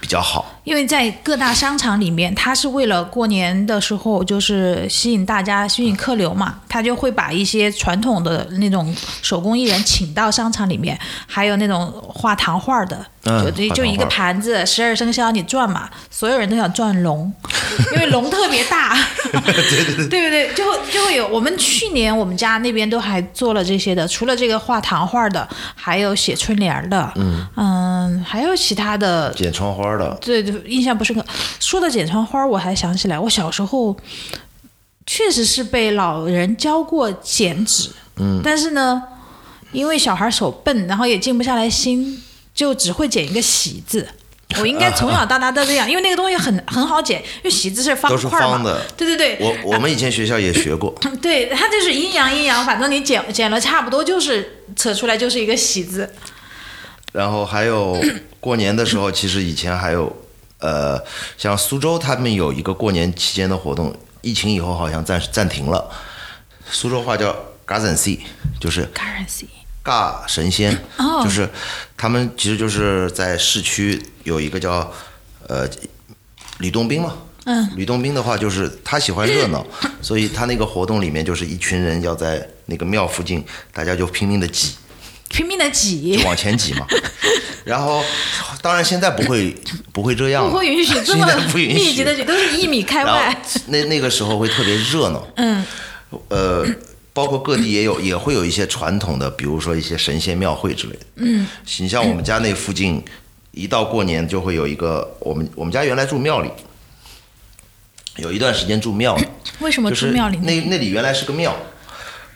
Speaker 1: 比较好。
Speaker 2: 因为在各大商场里面，它是为了过年的时候就是吸引大家、吸引客流嘛，它就会把一些传统的那种手工艺人请到商场里面，还有那种画糖画儿的，
Speaker 1: 嗯画
Speaker 2: 就就
Speaker 1: 糖画儿
Speaker 2: 就一个盘子，十二生肖你转嘛，所有人都想转龙，因为龙特别大， 对不对？就会就会有我们去年我们家那边都还做了这些的，除了这个画糖画儿的，还有写春联儿的，嗯还有其他的
Speaker 1: 剪窗花的，
Speaker 2: 对，就印象不深刻。说到剪窗花儿，我还想起来，我小时候确实是被老人教过剪纸，嗯，但是呢，因为小孩儿手笨，然后也静不下来心，就只会剪一个喜字。我应该从小到大都这样，因为那个东西很很好剪，因为喜字是方
Speaker 1: 都是
Speaker 2: 块儿嘛。
Speaker 1: 方的
Speaker 2: 对对对，
Speaker 1: 我我们以前学校也学过，
Speaker 2: 对，它就是阴阳阴阳，反正你剪剪了差不多就是扯出来就是一个喜字。
Speaker 1: 然后还 有过年的时候，其实以前还有，呃，像苏州他们有一个过年期间的活动，疫情以后好像暂暂停了。苏州话叫“嘎神戏”，就是
Speaker 2: currency。
Speaker 1: 尬神仙，
Speaker 2: 哦
Speaker 1: 就是他们其实就是在市区有一个叫呃吕洞宾嘛。
Speaker 2: 嗯，
Speaker 1: 吕洞宾的话就是他喜欢热 闹，所以他那个活动里面就是一群人要在那个庙附近，大家就拼命的挤，
Speaker 2: 拼命的
Speaker 1: 就
Speaker 2: 挤，
Speaker 1: 往前 挤嘛。然后，当然现在不会不会这样了，
Speaker 2: 不会 允许这
Speaker 1: 现
Speaker 2: 么
Speaker 1: 在不允许
Speaker 2: 密集的挤，都是一米开
Speaker 1: 然后
Speaker 2: 外。
Speaker 1: 那那个时候会特别热闹，
Speaker 2: 嗯，
Speaker 1: 呃，包括各地也有也会有一些传统的，比如说一些神仙庙会之类的。嗯，你像我们家那附近，一到过年就会有一个，我们我们家原来住庙里，有一段时间住庙里，
Speaker 2: 为什么
Speaker 1: 就是
Speaker 2: 住庙里呢？
Speaker 1: 那那里原来是个庙，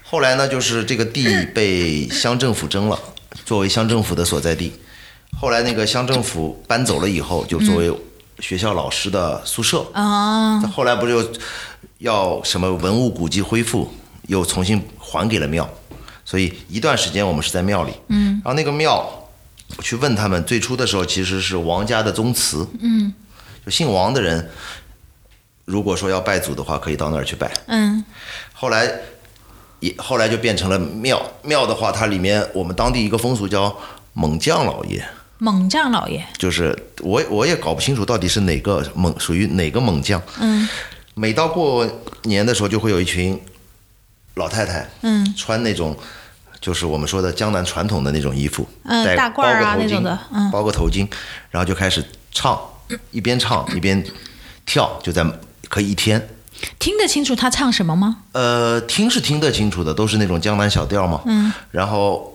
Speaker 1: 后来呢，就是这个地被乡政府征了，作为乡政府的所在地。后来那个乡政府搬走了以后，就作为
Speaker 2: 嗯
Speaker 1: 学校老师的宿舍。
Speaker 2: 啊，
Speaker 1: 后来不是又要什么文物古迹恢复，又重新还给了庙，所以一段时间我们是在庙里。嗯，然后那个庙，我去问他们，最初的时候其实是王家的宗祠。嗯，就姓王的人，如果说要拜祖的话，可以到那儿去拜。
Speaker 2: 嗯，
Speaker 1: 后来也后来就变成了庙，庙的话，它里面我们当地一个风俗叫猛将老爷。
Speaker 2: 猛将老爷，
Speaker 1: 就是我我也搞不清楚到底是哪个猛属于哪个猛将。
Speaker 2: 嗯，
Speaker 1: 每到过年的时候，就会有一群老太太，
Speaker 2: 嗯，
Speaker 1: 穿那种就是我们说的江南传统的那种衣服，
Speaker 2: 嗯
Speaker 1: 戴
Speaker 2: 大褂儿啊
Speaker 1: 包个头巾
Speaker 2: 那种的嗯
Speaker 1: 包个头巾，然后就开始唱，一边唱一边跳，就在可以一天。
Speaker 2: 听得清楚他唱什么吗？
Speaker 1: 呃，听是听得清楚的，都是那种江南小调嘛。嗯。然后，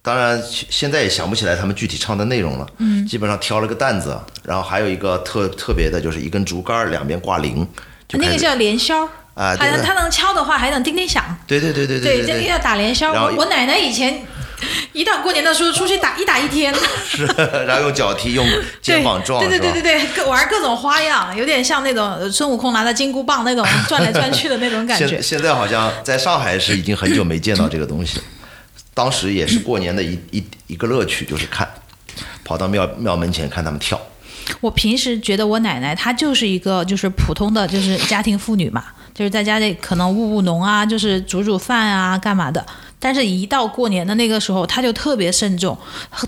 Speaker 1: 当然现在也想不起来他们具体唱的内容了。嗯。基本上挑了个担子，然后还有一个特特别的，就是一根竹竿儿两边挂铃，就
Speaker 2: 那
Speaker 1: 开
Speaker 2: 个
Speaker 1: 始。
Speaker 2: 叫连箫
Speaker 1: 啊
Speaker 2: 还
Speaker 1: 对
Speaker 2: 能
Speaker 1: 对
Speaker 2: 他能敲的话，还能叮叮响。
Speaker 1: 对对对对
Speaker 2: 对，这个
Speaker 1: 对
Speaker 2: 要打连箫。
Speaker 1: 然后
Speaker 2: 我我奶奶以前一到过年的时候出去打一打 一天，
Speaker 1: 是，然后用脚踢，用肩膀撞，
Speaker 2: 对对对
Speaker 1: 是
Speaker 2: 对
Speaker 1: 吧？
Speaker 2: 对，各玩各种花样，有点像那种呃孙悟空拿着金箍棒那种转来转去的那种感觉
Speaker 1: 现。现在好像在上海是已经很久没见到这个东 西了，当时也是过年的一一一个乐趣，就是看，跑到庙庙门前看他们跳。
Speaker 2: 我平时觉得我奶奶她就是一个就是普通的就是家庭妇女嘛，就是在家里可能务务农啊，就是煮煮饭啊，干嘛的。但是，一到过年的那个时候，她就特别慎重，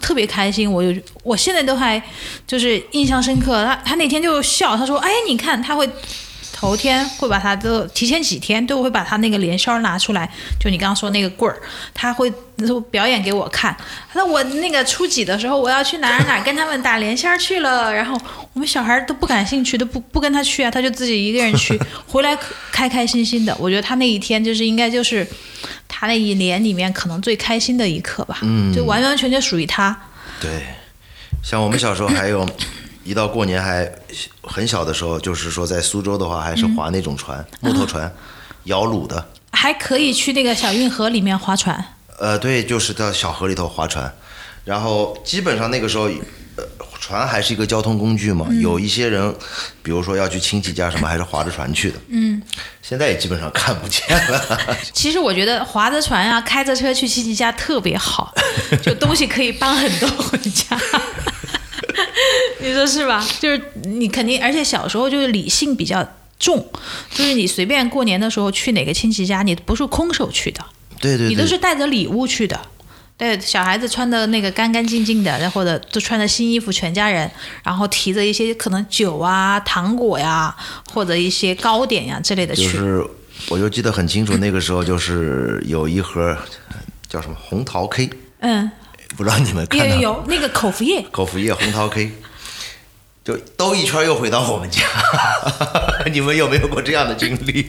Speaker 2: 特别开心。我就我现在都还就是印象深刻。她她那天就笑，她说：“哎，你看，她会头天会把它都提前几天都会把它那个连销拿出来，就你刚刚说那个棍儿，他会就表演给我看。那我那个初几的时候，我要去哪儿哪儿跟他们打连销去了，然后我们小孩儿都不感兴趣，都不不跟他去啊，他就自己一个人去，回来可开开心心的。我觉得他那一天就是应该就是他那一年里面可能最开心的一刻吧，嗯、就完完全全属于他。
Speaker 1: 对，像我们小时候还 有，一到过年还很小的时候，就是说在苏州的话，还
Speaker 2: 嗯
Speaker 1: 是划那种船，木头船，摇橹的。
Speaker 2: 还可以去那个小运河里面划船，
Speaker 1: 呃，对，就是到小河里头划船，然后基本上那个时候，呃，船还是一个交通工具嘛。
Speaker 2: 嗯
Speaker 1: 有一些人，比如说要去亲戚家什么，还是划着船去的。嗯， 现在也基本上看不见了。
Speaker 2: 其实我觉得划着船啊，开着车去亲戚家特别 好，就东西可以搬很多回家。你说是吧？就是你肯定，而且小时候就是理性比较重，就是你随便过年的时候去哪个亲戚家，你不是空手去的，
Speaker 1: 对对
Speaker 2: 你都
Speaker 1: 对，
Speaker 2: 是带着礼物去的。对，小孩子穿的那个干干净净的，然后或者都穿着新衣服，全家人，然后提着一些可能酒啊、糖果呀、或者一些糕点呀、之类的去。
Speaker 1: 就是我就记得很清楚，那个时候就是有一盒叫什么红桃 K，
Speaker 2: 嗯，
Speaker 1: 不知道你们看
Speaker 2: 有
Speaker 1: 到没
Speaker 2: 有
Speaker 1: 有
Speaker 2: 有那个口服液，
Speaker 1: 口服液红桃 K，就兜一圈又回到我们家。 你们有没有过这样的经历？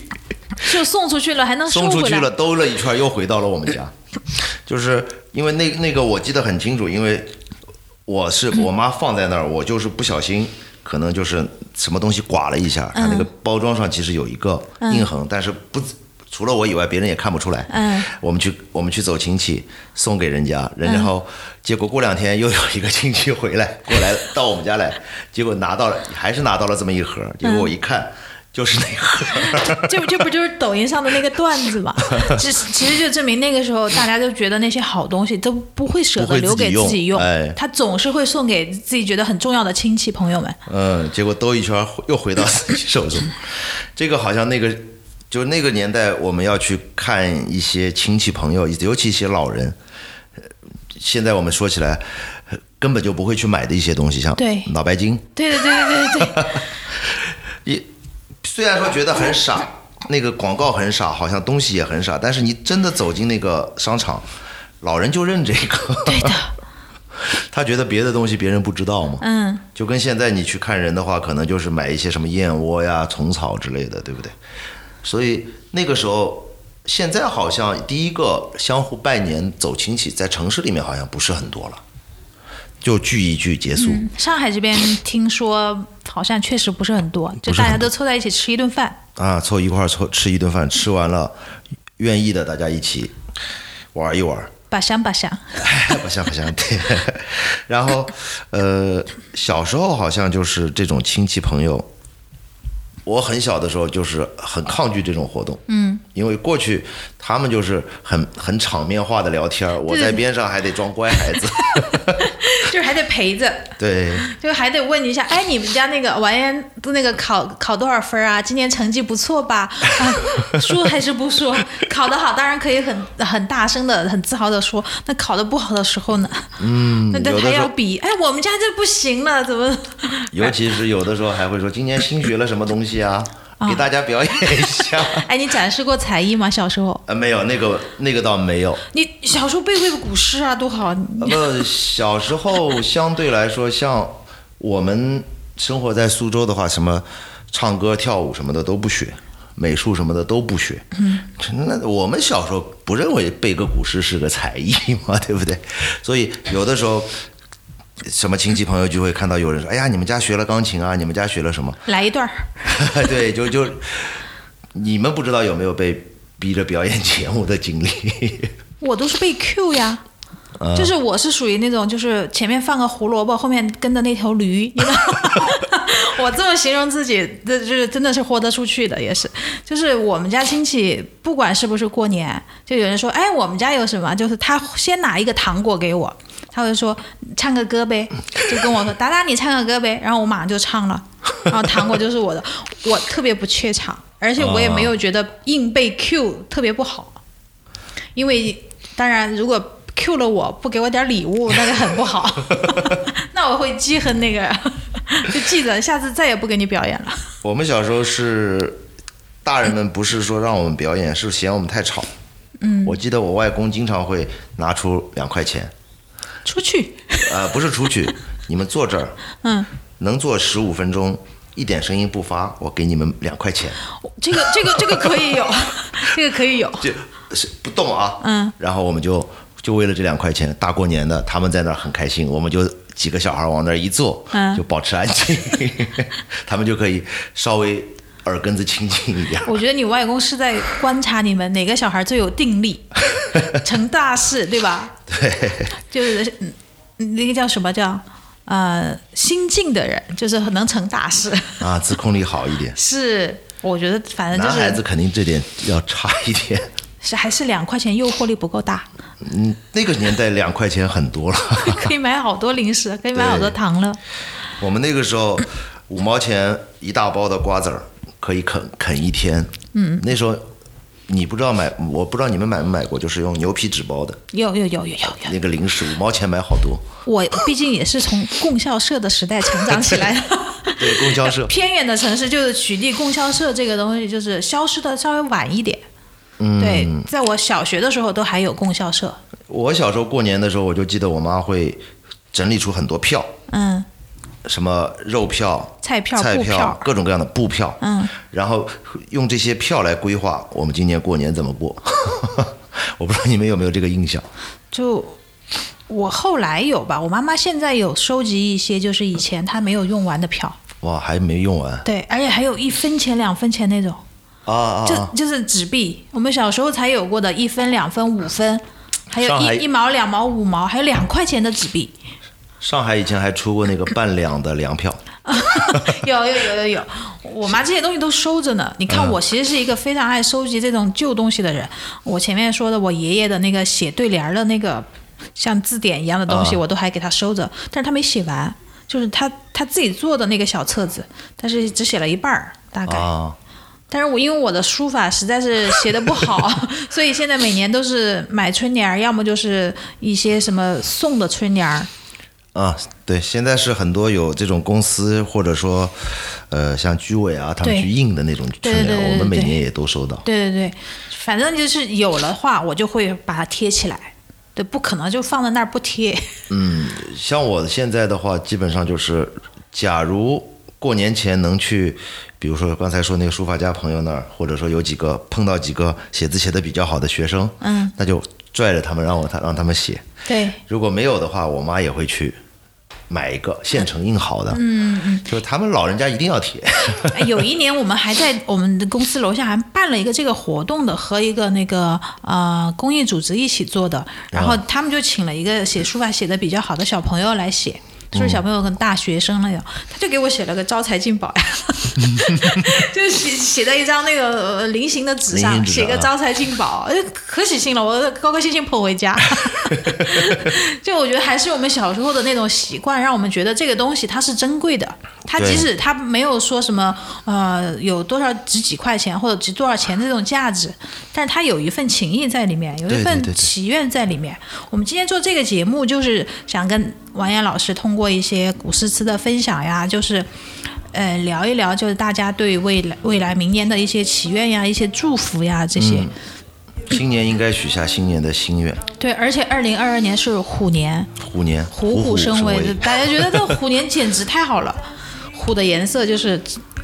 Speaker 2: 就送出去了，还能收
Speaker 1: 送出
Speaker 2: 回
Speaker 1: 去
Speaker 2: 来。
Speaker 1: 了，兜了一圈又回到了我们 家，就是因为那那个我记得很清楚，因为我是我妈放在那儿，我就是不小心。可能就是什么东西刮了一下，它那
Speaker 2: 嗯
Speaker 1: 个包装上其实有一个印痕，但是不除了我以外，别人也看不出来。
Speaker 2: 嗯，
Speaker 1: 我们去我们去走亲戚，送给人家，人然后结果过两天又有一个亲戚回来过来到我们家来，结果拿到了还是拿到了这么一盒，
Speaker 2: 嗯
Speaker 1: 结果我一看就是那盒，
Speaker 2: 这这不就是抖音上的那个段 子嘛？这其实就证明那个时候大家就觉得那些好东西都不会舍
Speaker 1: 不
Speaker 2: 得
Speaker 1: 会
Speaker 2: 留
Speaker 1: 自己
Speaker 2: 给
Speaker 1: 用
Speaker 2: 自己用，
Speaker 1: 哎
Speaker 2: 他总是会送给自己觉得很重要的亲戚朋 友们。
Speaker 1: 嗯，结果兜一圈儿又回到 自己手中。这个好像那个，就那个年代，我们要去看一些亲戚朋友，尤其一些老人。呃现在我们说起来，呃根本就不会去买的一些东西，像
Speaker 2: 对
Speaker 1: 脑白金，
Speaker 2: 哎对对对对对对，
Speaker 1: 虽然说觉得很傻，那个广告很傻，好像东西也很傻，但是你真的走进那个商场，老人就认这个。
Speaker 2: 对的，
Speaker 1: 他觉得别的东西别人不知道嘛。
Speaker 2: 嗯，
Speaker 1: 就跟现在你去看人的话，可能就是买一些什么燕窝呀、虫草之类的，对不对？所以那个时候，现在好像第一个相互拜年走亲戚，在城市里面好像不是很多了，就聚一聚结束。
Speaker 2: 上海这边听说好像确实不是很多，就大家都凑在一起吃一顿饭。
Speaker 1: 啊，凑一块儿凑吃一顿饭，吃完了，愿意的大家一起玩一玩，
Speaker 2: 把 香把香，
Speaker 1: 不像不像对。然后，呃，小时候好像就是这种亲戚朋友，我很小的时候就是很抗拒这种活动，嗯，因为过去他们就是很很场面化的聊天儿，我在边上还得装乖孩 子，
Speaker 2: 就是还得陪着，
Speaker 1: 对
Speaker 2: 就还得问一下，哎，你们家那个完颜那个考考多少分啊？今年成绩不错吧？啊、 说还是不说？考得好当然可以很很大声的、很自豪的说，那考得不好的时候呢？嗯，那那
Speaker 1: 有的
Speaker 2: 还
Speaker 1: 时候
Speaker 2: 要比，哎，我们家这不行了，怎么？
Speaker 1: 尤其是有的时候还会说今年新学了什么东西啊，给大家表演一 下。
Speaker 2: 哎，你展示过才艺吗？小时候，
Speaker 1: 呃，没有那个那个倒没有，
Speaker 2: 你小时候背会古诗啊，多好！你
Speaker 1: 那小时候相对来说，像我们生活在苏州的话，什么唱歌、跳舞什么的都不学，美术什么的都不学。嗯，那我们小时候不认为背个古诗是个才艺嘛， 对不对？所以有的时候。什么亲戚朋友就会看到有人说：“哎呀，你们家学了钢琴啊，你们家学了什么
Speaker 2: 来一段儿，？”
Speaker 1: 对，就就你们不知道有没有被逼着表演节目的经历？
Speaker 2: 我都是背 Q 呀。就是我是属于那种，就是前面放个胡萝卜，后面跟着那头驴，你知道吗？ 我这么形容自己，这就是真的是豁得出去的，也是。就是我们家亲戚，不管是不是过年，就有人说，哎，我们家有什么？就是他先拿一个糖果给我，他会说唱个歌呗，就跟我说达达你唱个歌呗，然后我马上就唱了，然后糖果就是我的，我特别不怯场，而且我也没有觉得硬被 Q 特别不好。因为当然，如果 Q 了我不给我点礼 物，那就很不好，那我会记恨那个， 就记着下次再也不给你表演了。
Speaker 1: 我们小时候是大人们不是说让我们表演，是嫌我们太吵。嗯，我记得我外公经常会拿出两块钱，
Speaker 2: 出去，
Speaker 1: 呃，不是出 去，你们坐这儿，
Speaker 2: 嗯，
Speaker 1: 能坐十五分钟，一点声音不发，我给你们两块 钱，
Speaker 2: 这个这个这个可以有， 这个可以有，
Speaker 1: 就是不动啊。
Speaker 2: 嗯，
Speaker 1: 然后我们就就为了这两块钱，大过年的，他们在那儿很开心，我们就几个小孩往那儿一坐，
Speaker 2: 嗯
Speaker 1: 就保持安静， 他们就可以稍微耳根子清净一 点。
Speaker 2: 我觉得你外公是在观察你们哪个小孩最有 定力，成大事，对吧？对，就是嗯那个叫什么叫呃心静的人，就是很能成 大事。
Speaker 1: 啊，自控力好一点。
Speaker 2: 是，我觉得反正
Speaker 1: 男
Speaker 2: 就
Speaker 1: 孩子
Speaker 2: 是
Speaker 1: 肯定这点要差一点。
Speaker 2: 是还是两块钱诱惑力不够大，
Speaker 1: 嗯，那个年代两块钱很多了，
Speaker 2: 可以买好多零食，可以买好多糖了。
Speaker 1: 我们那个时候五毛钱一大包的瓜子儿可以啃啃一天。嗯，那时候你不知道买，我不知道你们买没买过，就是用牛皮纸包的
Speaker 2: 有有有有有有，
Speaker 1: 那个零食，五毛钱买好多。
Speaker 2: 我毕竟也是从供销社的时代成长起来的。
Speaker 1: 对，供销社
Speaker 2: 偏远的城市就是取缔供销社这个东西，就是消失的稍微晚一点。嗯，对，在我小学的时候都还有供销社。
Speaker 1: 我小时候过年的时候，我就记得我妈会整理出很多票，
Speaker 2: 嗯，
Speaker 1: 什么肉票、
Speaker 2: 菜票
Speaker 1: 菜
Speaker 2: 布票
Speaker 1: 各种各样的布票，
Speaker 2: 嗯，
Speaker 1: 然后用这些票来规划我们今年过年怎么过。 我不知道你们有没有这个印象？
Speaker 2: 就我后来有吧，我妈妈现在有收集一些，就是以前她没有用完的票。
Speaker 1: 哇，还没用完
Speaker 2: 对，而且还有一分钱、两分钱那种。
Speaker 1: 啊啊！
Speaker 2: 就
Speaker 1: 啊
Speaker 2: 就是纸币，我们小时候才有过的一分、两分、五分，还有
Speaker 1: 上海
Speaker 2: 一一毛、两毛、五毛，还有两块钱的纸 币，
Speaker 1: 上海以前还出过那个半两的粮 票，
Speaker 2: 有有有有有，我妈这些东西都收着呢。你看，
Speaker 1: 嗯
Speaker 2: 我其实是一个非常爱收集这种旧东西的人。我前面说的，我爷爷的那个写对联儿的那个像字典一样的东西，
Speaker 1: 啊
Speaker 2: 我都还给他收着，但是他没写完，就是他他自己做的那个小册子，但是只写了一半儿，大概。
Speaker 1: 啊，
Speaker 2: 但是我因为我的书法实在是写的不 好，所以现在每年都是买春联儿，要么就是一些什么送的春联儿，
Speaker 1: 啊，对，现在是很多有这种公司或者说，呃，像居委啊，他们
Speaker 2: 对
Speaker 1: 去印的那种
Speaker 2: 对
Speaker 1: 春
Speaker 2: 对
Speaker 1: 联，
Speaker 2: 对对
Speaker 1: 我们每
Speaker 2: 对
Speaker 1: 年也都收到。
Speaker 2: 对对对，反正就是有了话，我就会把它贴起来。对，不可能就放在那儿不贴。
Speaker 1: 像我现在的话，基本上就是，假如过年前能去，比如说刚才说那个书法家朋友那儿，或者说有几个碰到几个写字写的比较好的学生，嗯，那就拽着他们让我他让他们写。
Speaker 2: 对，
Speaker 1: 如果没有的话，我妈也会去买一个现成印好的。嗯嗯，就是他们老人家一定要贴。
Speaker 2: 哎有一年我们还在我们的公司楼下还办了一个这个活动的，和一个那个呃公益组织一起做的，然
Speaker 1: 啊
Speaker 2: 后他们就请了一个写书法写的比较好的小朋友来写。就是
Speaker 1: 嗯
Speaker 2: 小朋友跟大学生了呀，他就给我写了个招财进宝呀， 就是写写在一张那个呃菱形的纸
Speaker 1: 菱
Speaker 2: 上，
Speaker 1: 形纸
Speaker 2: 写个
Speaker 1: 啊
Speaker 2: 招财进宝，呃可喜庆了，我高高兴兴捧回家。就我觉得还是我们小时候的那种习惯，让我们觉得这个东西它是珍贵的。它
Speaker 1: 对
Speaker 2: 即使它没有说什么呃有多少值几块钱或者值多少钱这种价值，但是它有一份情谊在里面，有一
Speaker 1: 对对
Speaker 2: 份
Speaker 1: 对对
Speaker 2: 祈愿在里面。我们今天做这个节目，就是想跟王岩老师通过一些古诗词的分享呀，就是。呃，聊一聊就是大家对未来、未来明年的一些祈愿呀、一些祝福呀这
Speaker 1: 嗯
Speaker 2: 些。
Speaker 1: 新年应该许下新年的心愿，
Speaker 2: 对，而且二零二二年是虎年，
Speaker 1: 虎年
Speaker 2: 虎虎生
Speaker 1: 威。
Speaker 2: 威， 大家觉得这虎年简直太好了。虎的颜色就是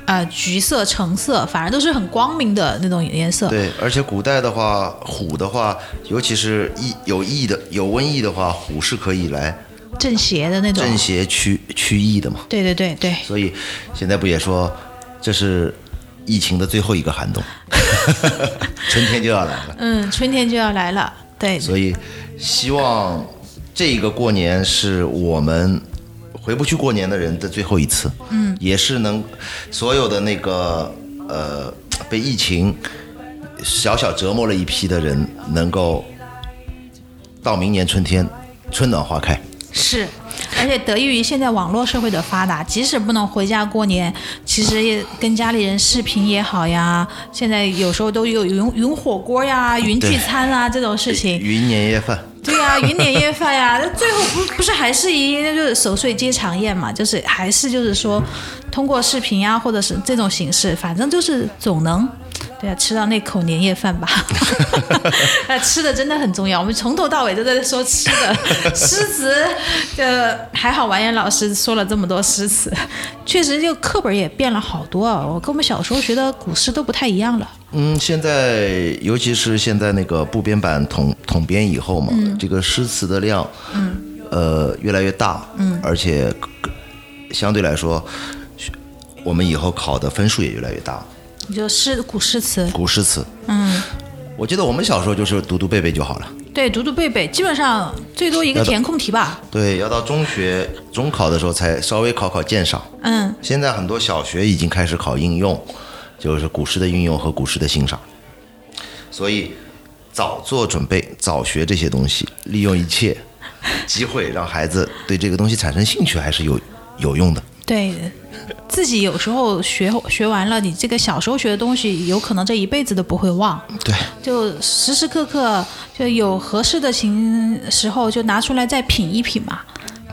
Speaker 2: 呃橘色、橙色，反正都是很光明的那种颜色。
Speaker 1: 对，而且古代的话，虎的话，尤其是疫有疫的有瘟疫的话，虎是可以来
Speaker 2: 正邪的那种。
Speaker 1: 镇邪驱驱疫的嘛。
Speaker 2: 对对对对，
Speaker 1: 所以现在不也说这是疫情的最后一个寒冬， 春天就要来了。
Speaker 2: 嗯，春天就要来了。对，
Speaker 1: 所以希望这个过年是我们回不去过年的人的最后一次，嗯，也是能所有的那个呃被疫情小小折磨了一批的人，能够到明年春天春暖花开。
Speaker 2: 是，而且得益于现在网络社会的发达，即使不能回家过年，其实也跟家里人视频也好呀。现在有时候都有云云火锅呀、云聚
Speaker 1: 对
Speaker 2: 餐啊这种事情，
Speaker 1: 云年夜饭，
Speaker 2: 对呀、云年夜饭呀、 那最后不不是还是一那就是守岁接长宴嘛，就是还是就是说通过视频呀、啊或者是这种形式，反正就是总能。对啊，吃到那口年夜饭吧。哎啊，吃的真的很重要。我们从头到尾都在说吃的，诗词，呃，还好完颜老师说了这么多诗词，确实就课本也变了好多啊。我跟我们小时候学的古诗都不太一样了。
Speaker 1: 嗯，现在尤其是现在那个部编版统统编以后嘛，这个诗词的量，嗯，呃，越来越大，嗯，而且相对来说，我们以后考的分数也越来越大，
Speaker 2: 你就诗古诗词，
Speaker 1: 古诗词，嗯，我记得我们小时候就是读读背背就好了，
Speaker 2: 对，读读背背，基本上最多一个
Speaker 1: 要的
Speaker 2: 填空题吧。
Speaker 1: 对，要到中学中考的时候才稍微考考鉴赏，
Speaker 2: 嗯，
Speaker 1: 现在很多小学已经开始考应用，就是古诗的运用和古诗的欣赏，所以早做准备，早学这些东西，利用一切机会让孩子对这个东西产生兴趣，还是有有用的。
Speaker 2: 对，自己有时候学学完了，你这个小时候学的东西，有可能这一辈子都不会忘。
Speaker 1: 对，
Speaker 2: 就时时刻刻就有合适的情时候，就拿出来再品一品嘛。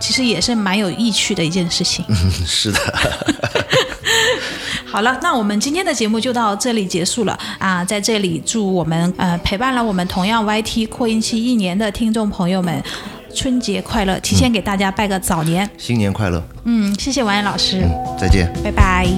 Speaker 2: 其实也是蛮有意趣的一件事情。
Speaker 1: 嗯是的，
Speaker 2: 好了，那我们今天的节目就到这里结束了啊！在这里祝我们呃陪伴了我们同样 YT 扩音器一年的听众朋友们，春节快乐！提前给大家拜个早年。
Speaker 1: 新年快乐，
Speaker 2: 嗯，谢谢王岩老师，
Speaker 1: 再见。
Speaker 2: 拜拜。